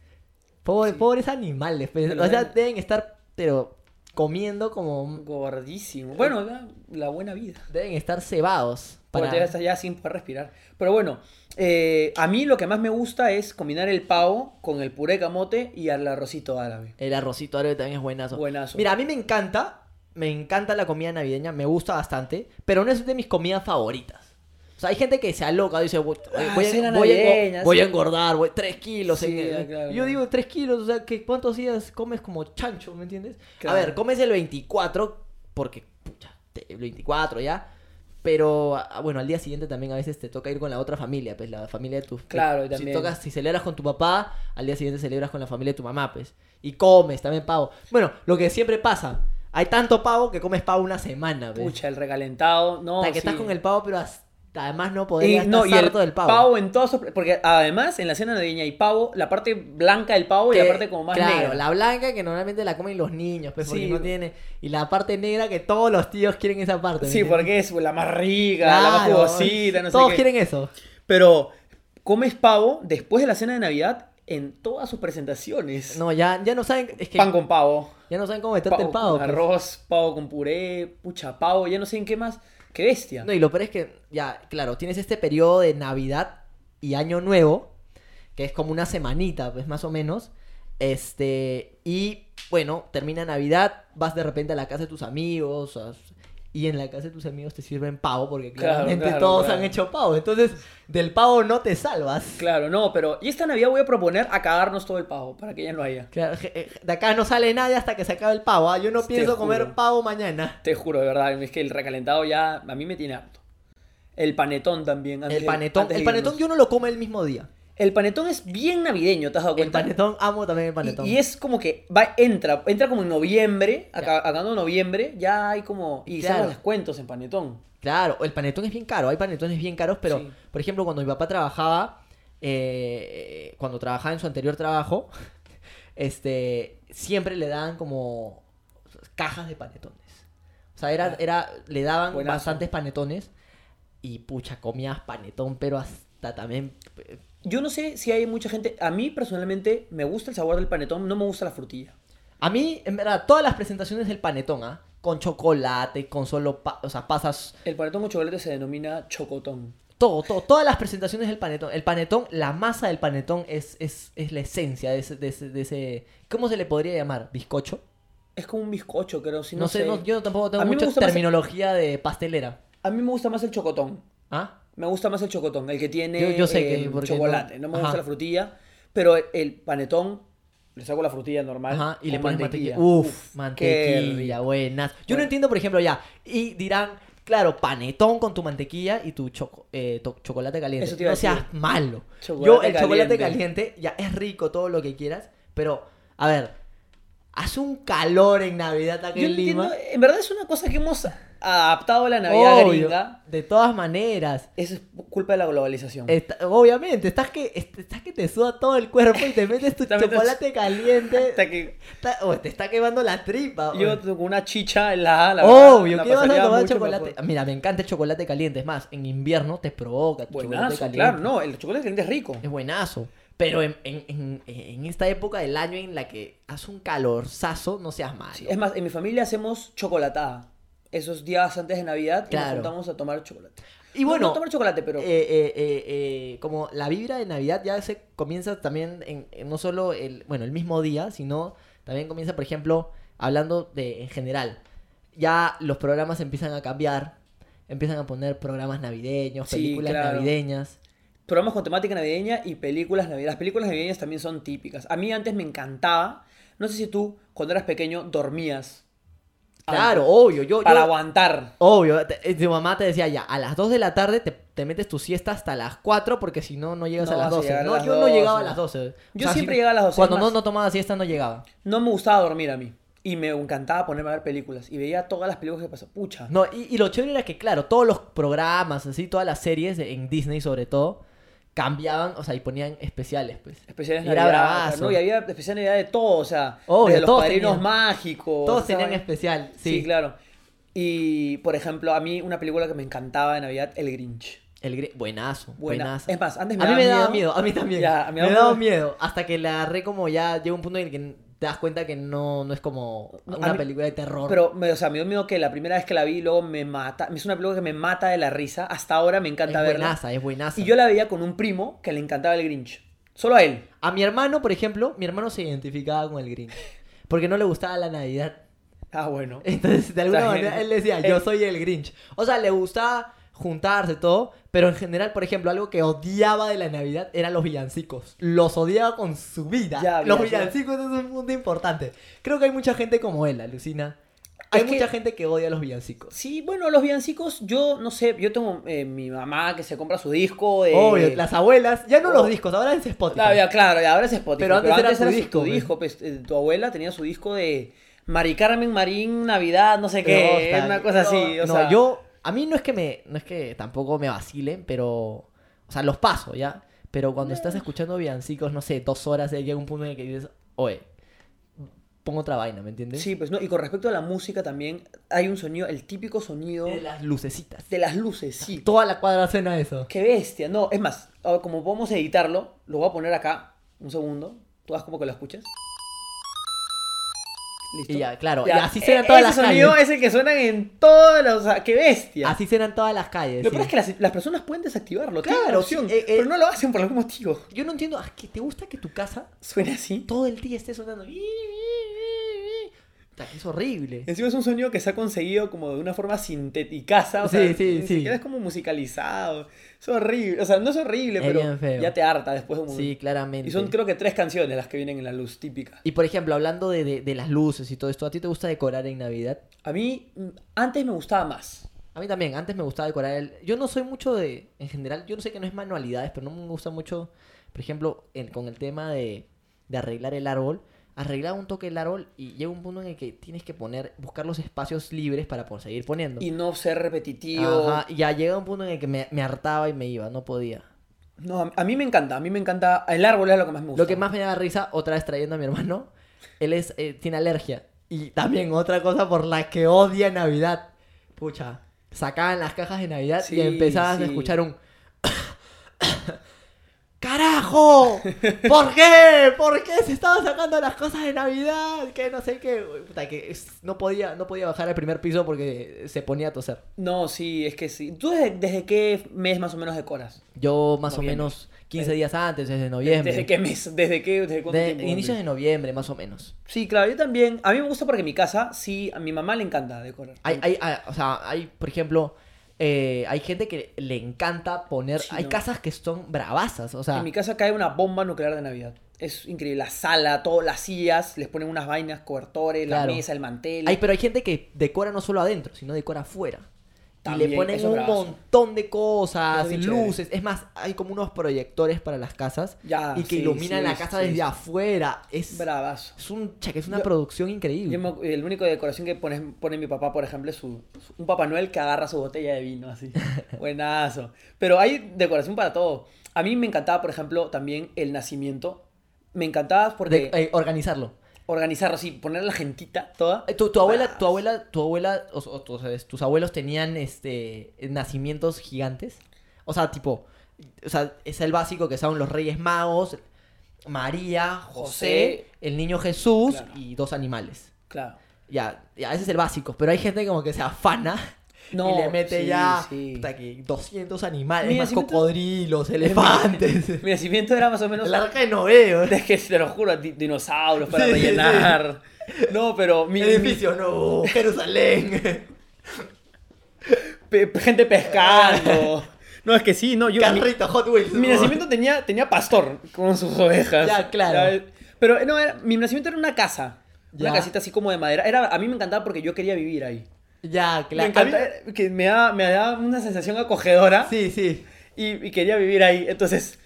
[SPEAKER 2] Pobre- Pobres animales, pez.
[SPEAKER 1] Te lo
[SPEAKER 2] O sea,
[SPEAKER 1] ven.
[SPEAKER 2] deben estar, pero comiendo como...
[SPEAKER 1] Gordísimo. Bueno, la, la buena vida.
[SPEAKER 2] Deben estar cebados.
[SPEAKER 1] Porque te vas allá sin poder respirar. Pero bueno, eh, a mí lo que más me gusta es combinar el pavo con el puré de camote y el arrocito árabe.
[SPEAKER 2] El arrocito árabe también es buenazo.
[SPEAKER 1] Buenazo.
[SPEAKER 2] Mira, a mí me encanta, me encanta la comida navideña, me gusta bastante, pero no es de mis comidas favoritas. O sea, hay gente que se aloca, dice, voy, voy-
[SPEAKER 1] Ah,
[SPEAKER 2] voy a,
[SPEAKER 1] cena
[SPEAKER 2] voy a engo-
[SPEAKER 1] navideña,
[SPEAKER 2] voy a
[SPEAKER 1] sí.
[SPEAKER 2] engordar, voy 3 kilos.
[SPEAKER 1] Sí,
[SPEAKER 2] en-
[SPEAKER 1] ya, claro,
[SPEAKER 2] Yo
[SPEAKER 1] claro.
[SPEAKER 2] digo 3 kilos, o sea, que ¿cuántos días comes como chancho, me entiendes?
[SPEAKER 1] Claro.
[SPEAKER 2] A ver, comes el 24, porque, pucha, te- el 24 ya. Pero, ah, bueno, al día siguiente también a veces te toca ir con la otra familia, pues, la familia de tus...
[SPEAKER 1] Claro, y
[SPEAKER 2] Si
[SPEAKER 1] también-
[SPEAKER 2] tocas si celebras con tu papá, al día siguiente celebras con la familia de tu mamá, pues. Y comes también pavo. Bueno, lo que siempre pasa. Hay tanto pavo que comes pavo una semana, pues.
[SPEAKER 1] Pucha, el regalentado. No,
[SPEAKER 2] Hasta que estás
[SPEAKER 1] sí.
[SPEAKER 2] con el pavo, pero hasta, además no podés
[SPEAKER 1] Y,
[SPEAKER 2] estar
[SPEAKER 1] no, y el
[SPEAKER 2] harto del pavo.
[SPEAKER 1] en todos sus- Porque además en la cena navideña hay pavo, la parte blanca del pavo y
[SPEAKER 2] Que-
[SPEAKER 1] la parte como más
[SPEAKER 2] claro,
[SPEAKER 1] negra.
[SPEAKER 2] la blanca que normalmente la comen los niños, pues, porque
[SPEAKER 1] Sí.
[SPEAKER 2] no tiene... Y la parte negra que todos los tíos quieren esa parte. ¿me
[SPEAKER 1] Sí,
[SPEAKER 2] entiendes?
[SPEAKER 1] porque es la más rica, la más
[SPEAKER 2] Claro,
[SPEAKER 1] jugosita, no
[SPEAKER 2] Todos
[SPEAKER 1] sé qué.
[SPEAKER 2] quieren eso.
[SPEAKER 1] Pero comes pavo después de la cena de Navidad en todas sus presentaciones.
[SPEAKER 2] No, ya, ya no saben... Es que
[SPEAKER 1] Pan con pavo.
[SPEAKER 2] ya no saben cómo meterte el
[SPEAKER 1] pavo
[SPEAKER 2] pavo.
[SPEAKER 1] con
[SPEAKER 2] pues.
[SPEAKER 1] arroz, pavo con puré, pucha, pavo, ya no sé en qué más. Qué bestia.
[SPEAKER 2] No, y lo peor es que, ya, claro, tienes este periodo de Navidad y Año Nuevo, que es como una semanita, pues más o menos. Este, y bueno, termina Navidad, vas de repente a la casa de tus amigos, a- y en la casa de tus amigos te sirven pavo, porque
[SPEAKER 1] Claro,
[SPEAKER 2] claramente
[SPEAKER 1] claro,
[SPEAKER 2] todos
[SPEAKER 1] claro.
[SPEAKER 2] han hecho pavo. Entonces, del pavo no te salvas.
[SPEAKER 1] Claro, no, pero. Y esta Navidad voy a proponer acabarnos todo el pavo para que ya no haya.
[SPEAKER 2] Claro, je- eh, de acá no sale nadie hasta que se acabe el pavo. ¿ah? Yo no
[SPEAKER 1] Te
[SPEAKER 2] pienso comer
[SPEAKER 1] juro.
[SPEAKER 2] pavo mañana.
[SPEAKER 1] Te juro, de verdad, es que el recalentado ya a mí me tiene harto. El panetón también. antes
[SPEAKER 2] el
[SPEAKER 1] de-
[SPEAKER 2] panetón,
[SPEAKER 1] antes de
[SPEAKER 2] el panetón
[SPEAKER 1] irnos.
[SPEAKER 2] yo no lo como el mismo día.
[SPEAKER 1] El panetón es bien navideño, ¿te has dado
[SPEAKER 2] El
[SPEAKER 1] cuenta?
[SPEAKER 2] panetón, amo también el
[SPEAKER 1] Y-
[SPEAKER 2] panetón.
[SPEAKER 1] Y, es como que va, entra, entra como en noviembre, acá, acabando noviembre, ya hay como. Y
[SPEAKER 2] Claro.
[SPEAKER 1] salen los descuentos en panetón.
[SPEAKER 2] Claro, el panetón es bien caro, hay panetones bien caros, pero
[SPEAKER 1] Sí.
[SPEAKER 2] por ejemplo cuando mi papá trabajaba, eh, cuando trabajaba en su anterior trabajo, este, siempre le daban como cajas de panetones. O sea, era, era, le daban
[SPEAKER 1] Ah. Buenazo.
[SPEAKER 2] bastantes panetones y pucha, comías panetón, pero hasta también... eh,
[SPEAKER 1] Yo no sé si hay mucha gente. A mí personalmente me gusta el sabor del panetón, no me gusta la frutilla.
[SPEAKER 2] A mí, en verdad, todas las presentaciones del panetón, ¿ah? Con chocolate, con solo, pa- o sea, pasas
[SPEAKER 1] El panetón con chocolate se denomina chocotón.
[SPEAKER 2] Todo, todo, todas las presentaciones del panetón. El panetón, la masa del panetón es, es, es la esencia de ese, de, ese, de ese- ¿Cómo se le podría llamar? ¿Bizcocho?
[SPEAKER 1] Es como un bizcocho, creo. Si
[SPEAKER 2] No,
[SPEAKER 1] no,
[SPEAKER 2] sé, no- yo tampoco
[SPEAKER 1] A
[SPEAKER 2] tengo
[SPEAKER 1] mí me
[SPEAKER 2] mucha
[SPEAKER 1] gusta más el-
[SPEAKER 2] terminología de pastelera.
[SPEAKER 1] A mí me gusta más el chocotón.
[SPEAKER 2] ¿Ah?
[SPEAKER 1] Me gusta más el chocotón, el que tiene
[SPEAKER 2] Yo- yo sé que-
[SPEAKER 1] eh,
[SPEAKER 2] porque
[SPEAKER 1] chocolate. No,
[SPEAKER 2] no-
[SPEAKER 1] me gusta
[SPEAKER 2] Ajá.
[SPEAKER 1] la frutilla, pero el, el panetón, le saco la frutilla normal.
[SPEAKER 2] Ajá, y le
[SPEAKER 1] con
[SPEAKER 2] pones mantequilla.
[SPEAKER 1] Uf,
[SPEAKER 2] Uf,
[SPEAKER 1] qué
[SPEAKER 2] mantequilla,
[SPEAKER 1] rico.
[SPEAKER 2] buenas. Yo
[SPEAKER 1] Bueno.
[SPEAKER 2] no entiendo, por ejemplo, ya. Y dirán, claro, panetón con tu mantequilla y tu choco- eh, to- chocolate caliente.
[SPEAKER 1] Eso te iba a
[SPEAKER 2] no seas
[SPEAKER 1] decir.
[SPEAKER 2] malo.
[SPEAKER 1] Chocolate
[SPEAKER 2] Yo, el chocolate
[SPEAKER 1] caliente.
[SPEAKER 2] caliente, ya es rico todo lo que quieras, pero, a ver, hace un calor en Navidad acá
[SPEAKER 1] Yo
[SPEAKER 2] en
[SPEAKER 1] no
[SPEAKER 2] Lima.
[SPEAKER 1] entiendo, en verdad es una cosa que hemos adaptado a la Navidad
[SPEAKER 2] Obvio,
[SPEAKER 1] gringa.
[SPEAKER 2] De todas maneras.
[SPEAKER 1] Esa es culpa de la globalización.
[SPEAKER 2] Está- obviamente, estás que, est- estás que te suda todo el cuerpo y te metes tu
[SPEAKER 1] Te metes-
[SPEAKER 2] chocolate caliente.
[SPEAKER 1] Hasta que
[SPEAKER 2] Está- o te está quemando la tripa. o-
[SPEAKER 1] yo con una chicha en la la verdad,
[SPEAKER 2] Ah, Obvio,
[SPEAKER 1] la
[SPEAKER 2] ¿qué vas a
[SPEAKER 1] pasaría
[SPEAKER 2] tomar
[SPEAKER 1] mucho
[SPEAKER 2] chocolate? Ah,
[SPEAKER 1] mejor.
[SPEAKER 2] Mira, me encanta el chocolate caliente. Es más, en invierno te provoca tu chocolate
[SPEAKER 1] Buenazo,
[SPEAKER 2] caliente.
[SPEAKER 1] claro, no, el chocolate caliente es rico.
[SPEAKER 2] Es buenazo. Pero en, en- en- en esta época del año en la que hace un calorzazo, Ah, no seas malo.
[SPEAKER 1] Sí, Es más, en mi familia hacemos chocolatada. Esos días antes de Navidad y nos
[SPEAKER 2] Claro.
[SPEAKER 1] juntamos a tomar chocolate.
[SPEAKER 2] y
[SPEAKER 1] No-
[SPEAKER 2] bueno,
[SPEAKER 1] no, tomar chocolate, pero
[SPEAKER 2] eh, eh, eh, eh, como la vibra de Navidad ya se comienza también, en, en no solo el, bueno, el mismo día, sino también comienza, por ejemplo, hablando de en general. Ya los programas empiezan a cambiar, empiezan a poner programas navideños,
[SPEAKER 1] Sí,
[SPEAKER 2] películas
[SPEAKER 1] claro.
[SPEAKER 2] navideñas.
[SPEAKER 1] programas con temática navideña y películas navideñas. Las películas navideñas también son típicas. A mí antes me encantaba. No sé si tú, cuando eras pequeño, dormías.
[SPEAKER 2] Claro,
[SPEAKER 1] antes,
[SPEAKER 2] obvio, yo,
[SPEAKER 1] Para
[SPEAKER 2] yo-
[SPEAKER 1] aguantar.
[SPEAKER 2] obvio, te- eh, tu mamá te decía ya, a las 2 de la tarde te, te metes tu siesta hasta las 4 porque si no, no llegas
[SPEAKER 1] No
[SPEAKER 2] a las
[SPEAKER 1] vas a
[SPEAKER 2] 12.
[SPEAKER 1] llegar a
[SPEAKER 2] no,
[SPEAKER 1] las
[SPEAKER 2] yo no llegaba a
[SPEAKER 1] 12.
[SPEAKER 2] las 12.
[SPEAKER 1] Yo siempre llegaba a las 12,
[SPEAKER 2] Cuando
[SPEAKER 1] es
[SPEAKER 2] no,
[SPEAKER 1] más.
[SPEAKER 2] no tomaba siesta no llegaba.
[SPEAKER 1] No me gustaba dormir a mí. Y me encantaba ponerme a ver películas. Y veía todas las películas que pasaban. Pucha.
[SPEAKER 2] No, y, y lo chévere era que, claro, todos los programas, así, todas las series de- en Disney sobre todo, cambiaban, o sea, y ponían especiales, pues.
[SPEAKER 1] Especiales
[SPEAKER 2] Y era
[SPEAKER 1] navideñas.
[SPEAKER 2] bravazo.
[SPEAKER 1] ¿no? Y había especiales navideñas de todo. O sea,
[SPEAKER 2] Obvio,
[SPEAKER 1] de los
[SPEAKER 2] todos
[SPEAKER 1] padrinos
[SPEAKER 2] tenían-
[SPEAKER 1] mágicos.
[SPEAKER 2] Todos
[SPEAKER 1] esa
[SPEAKER 2] tenían
[SPEAKER 1] vaina.
[SPEAKER 2] especial, sí.
[SPEAKER 1] Sí. claro. Y, por ejemplo, a mí una película que me encantaba de Navidad, El Grinch.
[SPEAKER 2] El gre- buenazo,
[SPEAKER 1] Buena.
[SPEAKER 2] buenazo.
[SPEAKER 1] Es más, antes me
[SPEAKER 2] a mí
[SPEAKER 1] daba
[SPEAKER 2] me daba
[SPEAKER 1] miedo.
[SPEAKER 2] miedo, a mí también.
[SPEAKER 1] Ya, a mí
[SPEAKER 2] me
[SPEAKER 1] me daba
[SPEAKER 2] daba miedo. Hasta que la agarré como ya llega un punto en el que te das cuenta que no, no es como
[SPEAKER 1] No, a
[SPEAKER 2] una
[SPEAKER 1] mí-
[SPEAKER 2] película de terror.
[SPEAKER 1] Pero, me, o sea, me dio miedo que la primera vez que la vi, luego me mata. Es una película que me mata de la risa. Hasta ahora me
[SPEAKER 2] es
[SPEAKER 1] encanta verla.
[SPEAKER 2] buenaza, es buenaza.
[SPEAKER 1] Y yo la veía con un primo que le encantaba el Grinch. Solo a él.
[SPEAKER 2] A mi hermano, por ejemplo, mi hermano se identificaba con el Grinch. Porque no le gustaba la Navidad.
[SPEAKER 1] Ah, bueno.
[SPEAKER 2] Entonces, de alguna
[SPEAKER 1] Está bien.
[SPEAKER 2] manera, él decía, yo
[SPEAKER 1] Él-
[SPEAKER 2] soy el Grinch. O sea, le gustaba juntarse todo, pero en general, por ejemplo, algo que odiaba de la Navidad eran los villancicos. Los odiaba con su vida.
[SPEAKER 1] Ya,
[SPEAKER 2] los
[SPEAKER 1] villancicos.
[SPEAKER 2] villancicos es un punto importante. Creo que hay mucha gente como él, alucina. Hay
[SPEAKER 1] Es que-
[SPEAKER 2] mucha gente que odia los villancicos.
[SPEAKER 1] Sí, bueno, los villancicos, yo no sé. Yo tengo eh, mi mamá que se compra su disco eh, de.
[SPEAKER 2] Obvio, las abuelas, ya no
[SPEAKER 1] oh.
[SPEAKER 2] los discos, ahora es Spotify.
[SPEAKER 1] Ah, ya, claro, ya, ahora es Spotify.
[SPEAKER 2] Pero antes era tu
[SPEAKER 1] su- tu
[SPEAKER 2] disco, pues.
[SPEAKER 1] disco. pues, eh, tu abuela tenía su disco de Mari Carmen Marín Navidad, no sé
[SPEAKER 2] No,
[SPEAKER 1] qué.
[SPEAKER 2] está-
[SPEAKER 1] una cosa
[SPEAKER 2] no,
[SPEAKER 1] así. O
[SPEAKER 2] no,
[SPEAKER 1] sea,
[SPEAKER 2] yo, a mí no es que me, no es que tampoco me vacilen, pero, o sea, los paso, ¿ya? Pero cuando
[SPEAKER 1] Mm.
[SPEAKER 2] estás escuchando villancicos, no sé, dos horas, eh, llega un punto en el que dices, oye, pongo otra vaina, ¿me entiendes?
[SPEAKER 1] Sí, pues no. Y con respecto a la música también, hay un sonido, el típico sonido
[SPEAKER 2] De las lucecitas.
[SPEAKER 1] de las luces, sí.
[SPEAKER 2] Toda la cuadra suena eso.
[SPEAKER 1] Qué bestia. No, es más, a ver, como podemos editarlo, lo voy a poner acá. Un segundo. Tú vas como que lo escuchas. Listo.
[SPEAKER 2] Y ya, claro,
[SPEAKER 1] Ya,
[SPEAKER 2] y así suenan
[SPEAKER 1] e-
[SPEAKER 2] todas
[SPEAKER 1] ese
[SPEAKER 2] las
[SPEAKER 1] sonido
[SPEAKER 2] calles.
[SPEAKER 1] es el que suenan en todas las. o sea, qué bestia.
[SPEAKER 2] Así suenan todas las calles.
[SPEAKER 1] lo
[SPEAKER 2] Eh, sí.
[SPEAKER 1] peor es que las, las personas pueden desactivarlo. Claro,
[SPEAKER 2] Claro,
[SPEAKER 1] opción.
[SPEAKER 2] sí, eh, eh.
[SPEAKER 1] pero no lo hacen por algún motivo.
[SPEAKER 2] Yo no entiendo, ¿a qué te gusta que tu casa
[SPEAKER 1] Suena así.
[SPEAKER 2] todo el día esté sonando? Puta, que es horrible.
[SPEAKER 1] Encima es un sonido que se ha conseguido como de una forma sintética. O sea,
[SPEAKER 2] Sí, sí,
[SPEAKER 1] ni
[SPEAKER 2] sí.
[SPEAKER 1] siquiera es como musicalizado. Es horrible. O sea, no es horrible,
[SPEAKER 2] Es
[SPEAKER 1] pero
[SPEAKER 2] bien feo.
[SPEAKER 1] ya te harta después de un
[SPEAKER 2] Sí, claramente.
[SPEAKER 1] Y son creo que tres canciones las que vienen en la luz típica.
[SPEAKER 2] Y por ejemplo, hablando de, de- de las luces y todo esto, ¿a ti te gusta decorar en Navidad?
[SPEAKER 1] A mí mm, antes me gustaba más.
[SPEAKER 2] A mí también, antes me gustaba decorar el... Yo no soy mucho de... En general, yo no sé que no es manualidades, pero no me gusta mucho, por ejemplo, en- con el tema de, de arreglar el árbol. Arreglar un toque el árbol y llega un punto en el que tienes que poner, buscar los espacios libres para poder seguir poniendo.
[SPEAKER 1] Y no ser repetitivo.
[SPEAKER 2] Ajá, y ya llega un punto en el que me, me hartaba y me iba, no podía.
[SPEAKER 1] No, a- a mí me encanta, a mí me encanta. El árbol es lo que más me gusta.
[SPEAKER 2] Lo que más me da risa, otra vez trayendo a mi hermano, él es, eh, tiene alergia. Y también otra cosa por la que odia Navidad. Pucha, sacaban las cajas de Navidad
[SPEAKER 1] Sí,
[SPEAKER 2] y empezabas
[SPEAKER 1] sí.
[SPEAKER 2] a escuchar un... ¡Carajo! ¿Por qué? ¿Por qué se estaban sacando las cosas de Navidad? Que no sé qué. Puta, que es- no podía, no podía bajar al primer piso porque se ponía a toser.
[SPEAKER 1] No, sí, es que sí. ¿Tú desde, desde qué mes más o menos decoras?
[SPEAKER 2] Yo más
[SPEAKER 1] Noviembre.
[SPEAKER 2] o menos 15 días antes, desde noviembre.
[SPEAKER 1] Eh, ¿Desde qué mes? ¿Desde qué? ¿Desde cuánto
[SPEAKER 2] De-
[SPEAKER 1] tiempo?
[SPEAKER 2] inicios de noviembre, más o menos.
[SPEAKER 1] Sí, claro, yo también. A mí me gusta porque en mi casa, sí, a mi mamá le encanta decorar.
[SPEAKER 2] Hay, hay, hay- o sea, hay, por ejemplo, eh, hay gente que le encanta poner.
[SPEAKER 1] Sí,
[SPEAKER 2] hay
[SPEAKER 1] no.
[SPEAKER 2] casas que son bravasas, o sea.
[SPEAKER 1] En mi casa cae una bomba nuclear de Navidad. Es increíble. La sala, todas las sillas, les ponen unas vainas, cobertores,
[SPEAKER 2] Claro.
[SPEAKER 1] la mesa, el mantel.
[SPEAKER 2] Hay, pero hay gente que decora no solo adentro, sino decora afuera. y
[SPEAKER 1] También,
[SPEAKER 2] le ponen
[SPEAKER 1] eso es
[SPEAKER 2] un
[SPEAKER 1] bravazo.
[SPEAKER 2] montón de
[SPEAKER 1] Eso es
[SPEAKER 2] cosas,
[SPEAKER 1] bien
[SPEAKER 2] luces. Es más, hay como unos proyectores para las casas
[SPEAKER 1] Ya,
[SPEAKER 2] y que
[SPEAKER 1] Ah, sí,
[SPEAKER 2] iluminan
[SPEAKER 1] sí,
[SPEAKER 2] la
[SPEAKER 1] es-
[SPEAKER 2] casa
[SPEAKER 1] sí,
[SPEAKER 2] desde
[SPEAKER 1] es-
[SPEAKER 2] afuera. Es,
[SPEAKER 1] Bravazo.
[SPEAKER 2] es, un, cha- que es una
[SPEAKER 1] Yo-
[SPEAKER 2] producción
[SPEAKER 1] Yo
[SPEAKER 2] increíble.
[SPEAKER 1] me acu- el único decoración que pone, pone mi papá, por ejemplo, es su, su- un Papá Noel que agarra su botella de vino, así. Buenazo. Pero hay decoración para todo. A mí me encantaba, por ejemplo, también el nacimiento. Me encantaba porque
[SPEAKER 2] De- eh, organizarlo.
[SPEAKER 1] organizarlo así, poner la gentita toda.
[SPEAKER 2] Eh, Tu, tu abuela, tu abuela, tu abuela, o, o- o sea, tus abuelos tenían este nacimientos gigantes. O sea, tipo, o sea, es el básico que son los Reyes Magos, María, José,
[SPEAKER 1] José.
[SPEAKER 2] el niño Jesús
[SPEAKER 1] Claro.
[SPEAKER 2] y dos animales.
[SPEAKER 1] Claro.
[SPEAKER 2] Ya, ya, ese es el básico. Pero hay gente como que se afana
[SPEAKER 1] No,
[SPEAKER 2] y le mete
[SPEAKER 1] sí,
[SPEAKER 2] ya
[SPEAKER 1] sí.
[SPEAKER 2] puta, que 200 animales,
[SPEAKER 1] Mi
[SPEAKER 2] más
[SPEAKER 1] nacimiento-
[SPEAKER 2] cocodrilos, elefantes.
[SPEAKER 1] Mi nacimiento era más o menos.
[SPEAKER 2] el arca de Noé, ¿eh?
[SPEAKER 1] Es que te lo juro, di- dinosaurios para
[SPEAKER 2] Sí, sí, sí.
[SPEAKER 1] rellenar. No, pero mi,
[SPEAKER 2] edificio no, Jerusalén,
[SPEAKER 1] mi- pe- gente pescando. No, es que sí, no, yo. mi-
[SPEAKER 2] carrito, Hot Wheels.
[SPEAKER 1] Mi nacimiento tenía, tenía pastor con sus ovejas.
[SPEAKER 2] Ya, claro.
[SPEAKER 1] ¿sabes? Pero eh, no, era- mi nacimiento era una casa.
[SPEAKER 2] Ya.
[SPEAKER 1] Una casita así como de madera. Era, a mí me encantaba porque yo quería vivir ahí.
[SPEAKER 2] Ya,
[SPEAKER 1] me
[SPEAKER 2] claro. A mí-
[SPEAKER 1] encantaba, eh, que me daba, me daba una sensación acogedora
[SPEAKER 2] Sí, sí.
[SPEAKER 1] y, y quería vivir ahí. Entonces,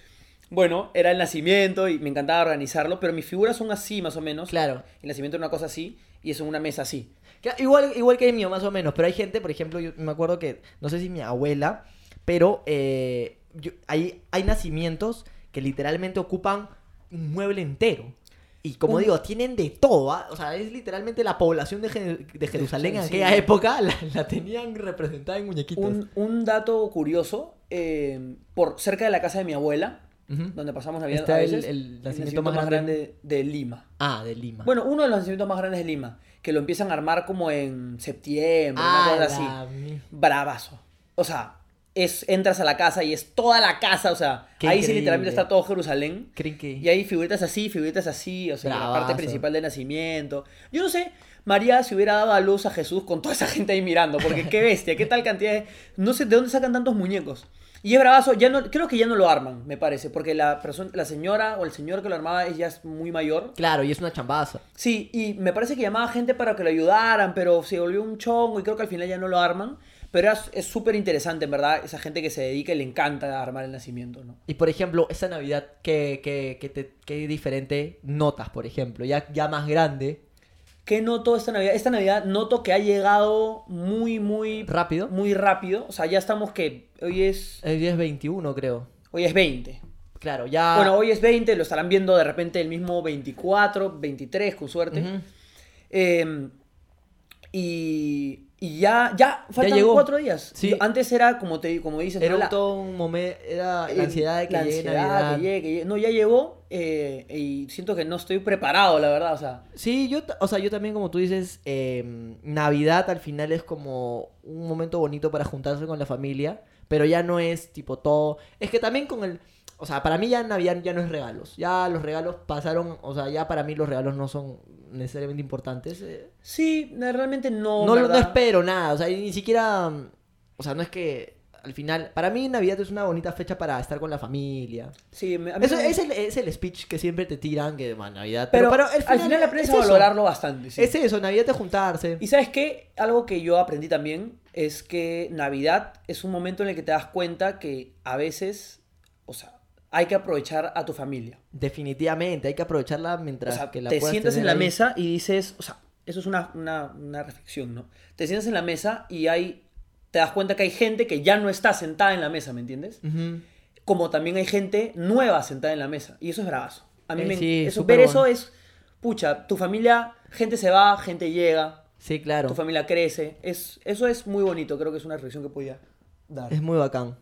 [SPEAKER 1] bueno, era el nacimiento y me encantaba organizarlo, pero mis figuras son así más o menos.
[SPEAKER 2] Claro.
[SPEAKER 1] El nacimiento era una cosa así y es una mesa así.
[SPEAKER 2] Cla- Igual, igual que el mío, más o menos. Pero hay gente, por ejemplo, yo me acuerdo que, no sé si mi abuela, pero eh, yo- hay, hay nacimientos que literalmente ocupan un mueble entero. Y como
[SPEAKER 1] Un-
[SPEAKER 2] digo, tienen de todo. ¿ah? O sea, es literalmente la población de, Jer- de Jerusalén en
[SPEAKER 1] sí.
[SPEAKER 2] aquella época la, la tenían representada en muñequitos.
[SPEAKER 1] Un, un dato curioso, eh, por cerca de la casa de mi abuela,
[SPEAKER 2] Ujú.
[SPEAKER 1] donde pasamos Navidad
[SPEAKER 2] Está
[SPEAKER 1] a
[SPEAKER 2] el-
[SPEAKER 1] veces,
[SPEAKER 2] el nacimiento más grande
[SPEAKER 1] de Lima.
[SPEAKER 2] Ah, de Lima.
[SPEAKER 1] Bueno, uno de los nacimientos más grandes de Lima, que lo empiezan a armar como en septiembre,
[SPEAKER 2] Ah,
[SPEAKER 1] una cosa
[SPEAKER 2] la
[SPEAKER 1] así.
[SPEAKER 2] mi-
[SPEAKER 1] Bravazo. O sea, es, entras a la casa y es toda la casa, o sea,
[SPEAKER 2] Qué
[SPEAKER 1] ahí sí
[SPEAKER 2] increíble.
[SPEAKER 1] literalmente está todo Jerusalén.
[SPEAKER 2] Creen que...
[SPEAKER 1] Y hay figuritas así, figuritas así, o sea, la
[SPEAKER 2] Bravazo.
[SPEAKER 1] parte principal del nacimiento. Yo no sé, María si hubiera dado a luz a Jesús con toda esa gente ahí mirando, porque qué bestia, qué tal cantidad de... No sé de dónde sacan tantos muñecos. Y es bravazo, ya no, creo que ya no lo arman, me parece, porque la, persona, la señora o el señor que lo armaba es ya es muy mayor.
[SPEAKER 2] Claro, y es una chambaza.
[SPEAKER 1] Sí, y me parece que llamaba gente para que lo ayudaran, pero se volvió un chongo y creo que al final ya no lo arman. Pero es- es súper interesante, en verdad, esa gente que se dedica y le encanta armar el nacimiento, ¿no?
[SPEAKER 2] Y por ejemplo, esa Navidad, ¿qué, qué, qué, te- qué diferente notas, por ejemplo? Ya, ya más grande,
[SPEAKER 1] ¿Qué noto esta Navidad? Esta Navidad noto que ha llegado muy, muy
[SPEAKER 2] rápido.
[SPEAKER 1] muy rápido. O sea, ya estamos que hoy es
[SPEAKER 2] El día es 21, creo.
[SPEAKER 1] hoy es 20.
[SPEAKER 2] Claro, ya.
[SPEAKER 1] Bueno, hoy es 20, lo estarán viendo de repente el mismo 24, 23, con suerte.
[SPEAKER 2] Ujú.
[SPEAKER 1] Eh, y, y ya, ya faltan
[SPEAKER 2] llegó.
[SPEAKER 1] cuatro días.
[SPEAKER 2] Sí.
[SPEAKER 1] Yo- Antes era, como te como dices,
[SPEAKER 2] Era
[SPEAKER 1] ¿no?
[SPEAKER 2] un
[SPEAKER 1] La-
[SPEAKER 2] todo un momento. Era
[SPEAKER 1] el-
[SPEAKER 2] la ansiedad de que
[SPEAKER 1] la
[SPEAKER 2] llegue
[SPEAKER 1] ansiedad,
[SPEAKER 2] Navidad.
[SPEAKER 1] que llegue, que llegue. No, ya llegó eh, y siento que no estoy preparado, la verdad. O sea,
[SPEAKER 2] Sí, yo, ta- o sea, yo también, como tú dices, eh, Navidad al final es como un momento bonito para juntarse con la familia, pero ya no es tipo todo. Es que también con el. O sea, para mí ya Navidad ya no es regalos. Ya los regalos pasaron. O sea, ya para mí los regalos no son necesariamente importantes. eh.
[SPEAKER 1] sí, no, realmente no.
[SPEAKER 2] no, lo- no
[SPEAKER 1] ¿verdad?
[SPEAKER 2] espero nada. O sea, y ni siquiera. mm, O sea, no es que. Al final, para mí Navidad es una bonita fecha para estar con la familia.
[SPEAKER 1] Sí, me- a mí
[SPEAKER 2] Eso,
[SPEAKER 1] también.
[SPEAKER 2] es, el, es el speech que siempre te tiran, que bueno, Navidad.
[SPEAKER 1] pero,
[SPEAKER 2] al
[SPEAKER 1] al final la
[SPEAKER 2] es
[SPEAKER 1] prensa
[SPEAKER 2] eso.
[SPEAKER 1] valorarlo bastante. sí.
[SPEAKER 2] Es eso, Navidad es juntarse.
[SPEAKER 1] Y sabes qué, algo que yo aprendí también es que Navidad es un momento en el que te das cuenta que a veces, o sea, hay que aprovechar a tu familia.
[SPEAKER 2] Definitivamente, hay que aprovecharla
[SPEAKER 1] O
[SPEAKER 2] mientras
[SPEAKER 1] sea,
[SPEAKER 2] que la
[SPEAKER 1] te
[SPEAKER 2] puedas
[SPEAKER 1] sientas
[SPEAKER 2] tener
[SPEAKER 1] en la
[SPEAKER 2] ahí.
[SPEAKER 1] mesa y dices, o sea, eso es una, una, una reflexión, ¿no? Te sientas en la mesa y hay, te das cuenta que hay gente que ya no está sentada en la mesa, ¿me entiendes?
[SPEAKER 2] Ujú.
[SPEAKER 1] Como también hay gente nueva sentada en la mesa. Y eso es bravazo. A mí
[SPEAKER 2] Eh,
[SPEAKER 1] me
[SPEAKER 2] sí,
[SPEAKER 1] eso,
[SPEAKER 2] súper
[SPEAKER 1] Ver eso
[SPEAKER 2] bueno.
[SPEAKER 1] es, pucha, tu familia, gente se va, gente llega.
[SPEAKER 2] Sí, claro.
[SPEAKER 1] tu familia crece. Es, eso es muy bonito, creo que es una reflexión que podía dar.
[SPEAKER 2] Es muy bacán.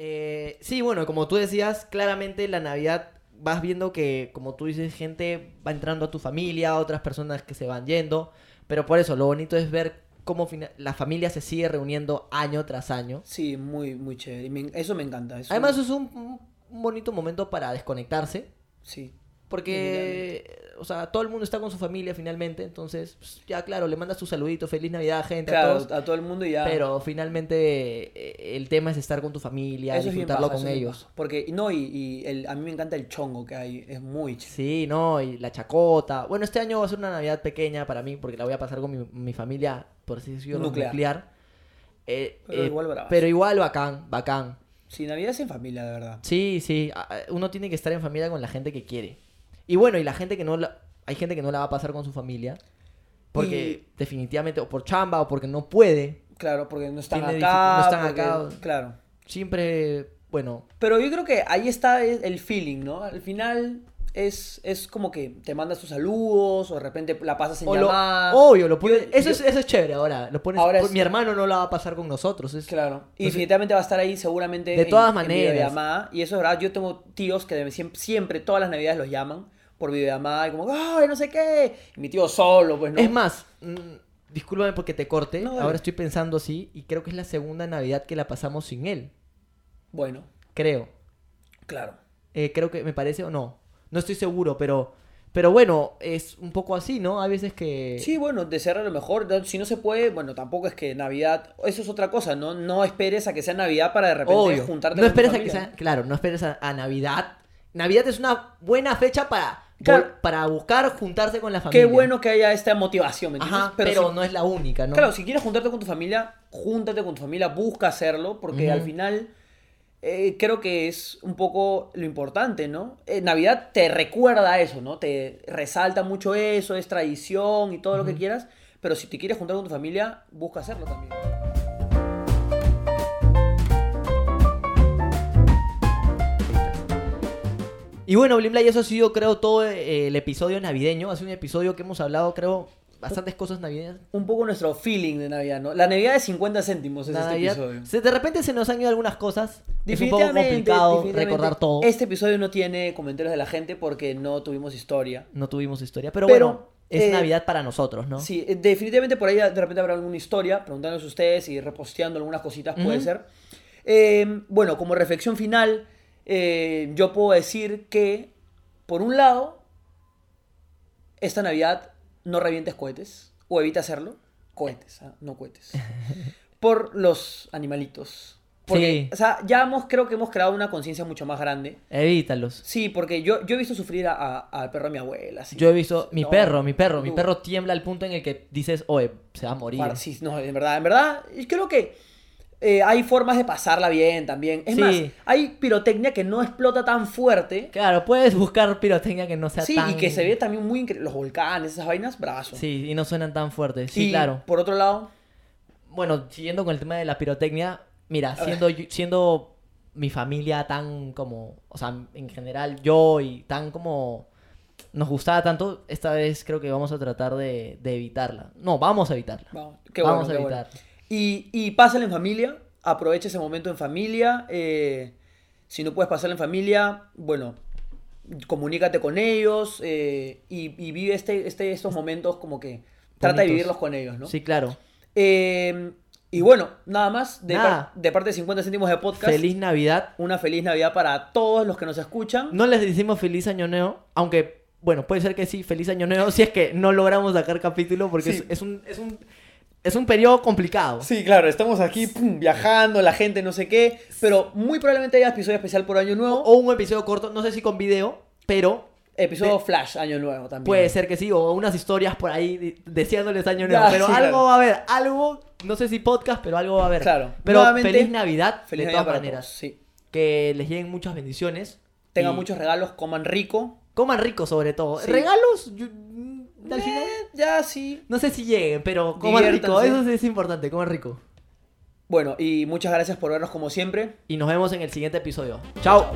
[SPEAKER 2] Eh, sí, bueno, como tú decías, claramente la Navidad vas viendo que, como tú dices, gente va entrando a tu familia, otras personas que se van yendo, pero por eso lo bonito es ver cómo fina- la familia se sigue reuniendo año tras año.
[SPEAKER 1] Sí, muy, muy chévere. Y me- eso me encanta. eso-
[SPEAKER 2] Además es un, un bonito momento para desconectarse,
[SPEAKER 1] sí.
[SPEAKER 2] porque, o sea, todo el mundo está con su familia finalmente, entonces, pues, ya claro, le mandas tu saludito, feliz Navidad, gente, a
[SPEAKER 1] Claro,
[SPEAKER 2] todos.
[SPEAKER 1] a todo el mundo y ya.
[SPEAKER 2] Pero finalmente eh, el tema es estar con tu familia,
[SPEAKER 1] Eso es bien
[SPEAKER 2] disfrutarlo
[SPEAKER 1] paja,
[SPEAKER 2] con
[SPEAKER 1] eso es bien
[SPEAKER 2] ellos.
[SPEAKER 1] paja. Porque, no, y, y el, a mí me encanta el chongo que hay. Es muy chévere.
[SPEAKER 2] Sí, no, y la chacota. Bueno, este año va a ser una Navidad pequeña para mí porque la voy a pasar con mi, mi familia, por así decirlo,
[SPEAKER 1] Nuclear.
[SPEAKER 2] nuclear. Eh,
[SPEAKER 1] Pero
[SPEAKER 2] eh,
[SPEAKER 1] igual bravazo.
[SPEAKER 2] pero igual bacán, bacán.
[SPEAKER 1] Sí, Navidad es en familia, de verdad.
[SPEAKER 2] Sí, sí, a- a- uno tiene que estar en familia con la gente que quiere. Y bueno, y la gente que no la... Hay gente que no la va a pasar con su familia porque definitivamente o por chamba o porque no puede.
[SPEAKER 1] Claro, porque no están
[SPEAKER 2] Tiene
[SPEAKER 1] acá.
[SPEAKER 2] dificu- no están
[SPEAKER 1] porque-
[SPEAKER 2] acá.
[SPEAKER 1] Claro.
[SPEAKER 2] Siempre, bueno,
[SPEAKER 1] Pero yo creo que ahí está e- el feeling, ¿no? Al final es, es como que te mandas tus saludos o de repente la pasas en
[SPEAKER 2] O lo-
[SPEAKER 1] llamada.
[SPEAKER 2] obvio, lo pones-
[SPEAKER 1] Yo-
[SPEAKER 2] eso,
[SPEAKER 1] yo-
[SPEAKER 2] es, eso es chévere ahora. Lo pones,
[SPEAKER 1] Ahora
[SPEAKER 2] por-
[SPEAKER 1] es-
[SPEAKER 2] Mi hermano no la va a pasar con nosotros. es-
[SPEAKER 1] Claro. Y
[SPEAKER 2] Entonces-
[SPEAKER 1] definitivamente va a estar ahí seguramente.
[SPEAKER 2] Pues De
[SPEAKER 1] en-
[SPEAKER 2] todas
[SPEAKER 1] en
[SPEAKER 2] maneras.
[SPEAKER 1] videollamada. Y eso es verdad. Yo tengo tíos que de- siempre, siempre, todas las navidades los llaman por videollamada y como, ¡ay, no sé qué! Y mi tío solo, pues no.
[SPEAKER 2] Es más, mm, discúlpame porque te corte.
[SPEAKER 1] No, dale.
[SPEAKER 2] ahora estoy pensando así y creo que es la segunda Navidad que la pasamos sin él.
[SPEAKER 1] Bueno,
[SPEAKER 2] Creo.
[SPEAKER 1] claro.
[SPEAKER 2] Eh, creo que me parece o no. No estoy seguro, pero, pero bueno, es un poco así, ¿no? Hay veces que...
[SPEAKER 1] Sí, bueno, desearle lo mejor. No, Si no se puede, bueno, tampoco es que Navidad. Eso es otra cosa, ¿no? No esperes a que sea Navidad para de repente
[SPEAKER 2] obvio.
[SPEAKER 1] juntarte
[SPEAKER 2] No
[SPEAKER 1] con tu
[SPEAKER 2] esperes a que
[SPEAKER 1] familia.
[SPEAKER 2] sea... Claro, no esperes a, a Navidad. Navidad es una buena fecha para,
[SPEAKER 1] Claro.
[SPEAKER 2] vol- para buscar juntarse con la
[SPEAKER 1] Qué
[SPEAKER 2] familia.
[SPEAKER 1] bueno que haya esta motivación, ¿me entiendes?
[SPEAKER 2] Ajá, pero,
[SPEAKER 1] si-
[SPEAKER 2] no es la única, ¿no?
[SPEAKER 1] Claro, si quieres juntarte con tu familia, júntate con tu familia, busca hacerlo, porque
[SPEAKER 2] Ujú.
[SPEAKER 1] al final eh, creo que es un poco lo importante, ¿no? Eh, Navidad te recuerda eso, ¿no? Te resalta mucho eso, es tradición y todo lo que
[SPEAKER 2] Ujú.
[SPEAKER 1] quieras, pero si te quieres juntar con tu familia, busca hacerlo también.
[SPEAKER 2] Y bueno, Blimblay, eso ha sido, creo, todo eh, el episodio navideño. Ha sido un episodio que hemos hablado, creo, bastantes cosas navideñas.
[SPEAKER 1] Un poco nuestro feeling de Navidad, ¿no? La Navidad de 50 céntimos es
[SPEAKER 2] Navidad.
[SPEAKER 1] este episodio.
[SPEAKER 2] Se- de repente se nos han ido algunas cosas. Es un poco
[SPEAKER 1] Definitivamente,
[SPEAKER 2] complicado
[SPEAKER 1] definitivamente,
[SPEAKER 2] recordar todo.
[SPEAKER 1] Este episodio no tiene comentarios de la gente porque no tuvimos historia.
[SPEAKER 2] No tuvimos historia, pero,
[SPEAKER 1] Pero,
[SPEAKER 2] bueno, es
[SPEAKER 1] eh,
[SPEAKER 2] Navidad para nosotros, ¿no?
[SPEAKER 1] Sí, eh, definitivamente por ahí de repente habrá alguna historia, preguntándonos ustedes y reposteando algunas cositas, puede
[SPEAKER 2] Ujú.
[SPEAKER 1] ser. Eh, bueno, como reflexión final, eh, yo puedo decir que, por un lado, esta Navidad no revientes cohetes, o evita hacerlo, cohetes, ah, no cohetes, por los animalitos. Porque,
[SPEAKER 2] Sí.
[SPEAKER 1] o sea, ya hemos, creo que hemos creado una conciencia mucho más grande.
[SPEAKER 2] Evítalos.
[SPEAKER 1] Sí, porque yo, yo he visto sufrir a- a- al perro de mi abuela. sí.
[SPEAKER 2] Yo he visto mi
[SPEAKER 1] No,
[SPEAKER 2] perro, mi perro, mi
[SPEAKER 1] duro.
[SPEAKER 2] perro tiembla al punto en el que dices, oye, se va a morir.
[SPEAKER 1] Para- sí, no, en verdad, en verdad, yo creo que eh, hay formas de pasarla bien también. Es
[SPEAKER 2] Sí.
[SPEAKER 1] más, hay pirotecnia que no explota tan fuerte.
[SPEAKER 2] Claro, puedes buscar pirotecnia que no sea
[SPEAKER 1] sí,
[SPEAKER 2] tan...
[SPEAKER 1] y que se ve también muy increíble. Los volcanes, esas vainas, brazo.
[SPEAKER 2] Sí, y no suenan tan fuertes. Sí,
[SPEAKER 1] Y,
[SPEAKER 2] claro.
[SPEAKER 1] Por otro lado,
[SPEAKER 2] Bueno, siguiendo con el tema de la pirotecnia, mira,
[SPEAKER 1] ver.
[SPEAKER 2] siendo, yo- siendo mi familia tan como, o sea, en general yo y tan como nos gustaba tanto, esta vez creo que vamos a tratar de, de evitarla. No, vamos a evitarla.
[SPEAKER 1] vamos, qué
[SPEAKER 2] vamos
[SPEAKER 1] bueno,
[SPEAKER 2] a
[SPEAKER 1] qué bueno.
[SPEAKER 2] evitarla.
[SPEAKER 1] Y, y pásala en familia, aprovecha ese momento en familia. eh, si no puedes pasarla en familia, bueno, comunícate con ellos eh, y, y vive este, este, estos momentos como que trata de
[SPEAKER 2] Bonitos.
[SPEAKER 1] vivirlos con ellos, ¿no?
[SPEAKER 2] Sí, claro.
[SPEAKER 1] Eh, y bueno, nada más. De,
[SPEAKER 2] Nada.
[SPEAKER 1] par- de parte de 50 céntimos de podcast.
[SPEAKER 2] Feliz Navidad.
[SPEAKER 1] Una feliz Navidad para todos los que nos escuchan.
[SPEAKER 2] No les decimos feliz año nuevo, aunque, bueno, puede ser que sí, feliz año nuevo, si es que no logramos sacar capítulo, porque
[SPEAKER 1] Sí.
[SPEAKER 2] es, es un, es, un, es un periodo complicado.
[SPEAKER 1] Sí, claro, estamos aquí pum, viajando, la gente no sé qué. Pero muy probablemente haya episodio especial por Año Nuevo.
[SPEAKER 2] O un episodio corto, no sé si con video, pero
[SPEAKER 1] episodio Flash Año Nuevo también.
[SPEAKER 2] Puede ser que sí, o unas historias por ahí di- deseándoles
[SPEAKER 1] Ya,
[SPEAKER 2] año nuevo. pero
[SPEAKER 1] sí,
[SPEAKER 2] algo
[SPEAKER 1] claro.
[SPEAKER 2] va a haber, algo, no sé si podcast, pero algo va a haber.
[SPEAKER 1] Claro.
[SPEAKER 2] Pero
[SPEAKER 1] Nuevamente,
[SPEAKER 2] feliz Navidad,
[SPEAKER 1] Feliz
[SPEAKER 2] de
[SPEAKER 1] Navidad
[SPEAKER 2] todas
[SPEAKER 1] para
[SPEAKER 2] maneras.
[SPEAKER 1] todos. Sí.
[SPEAKER 2] Que les lleguen muchas bendiciones.
[SPEAKER 1] Tengan
[SPEAKER 2] y
[SPEAKER 1] muchos regalos, coman rico.
[SPEAKER 2] Coman rico, sobre todo.
[SPEAKER 1] Sí.
[SPEAKER 2] ¿Regalos? Yo- mm, al final,
[SPEAKER 1] Eh, ya sí.
[SPEAKER 2] No sé si lleguen, pero coman rico.
[SPEAKER 1] Diviértanse.
[SPEAKER 2] Eso sí es importante, coman rico.
[SPEAKER 1] Bueno, y muchas gracias por vernos como siempre.
[SPEAKER 2] Y nos vemos en el siguiente episodio. Chao.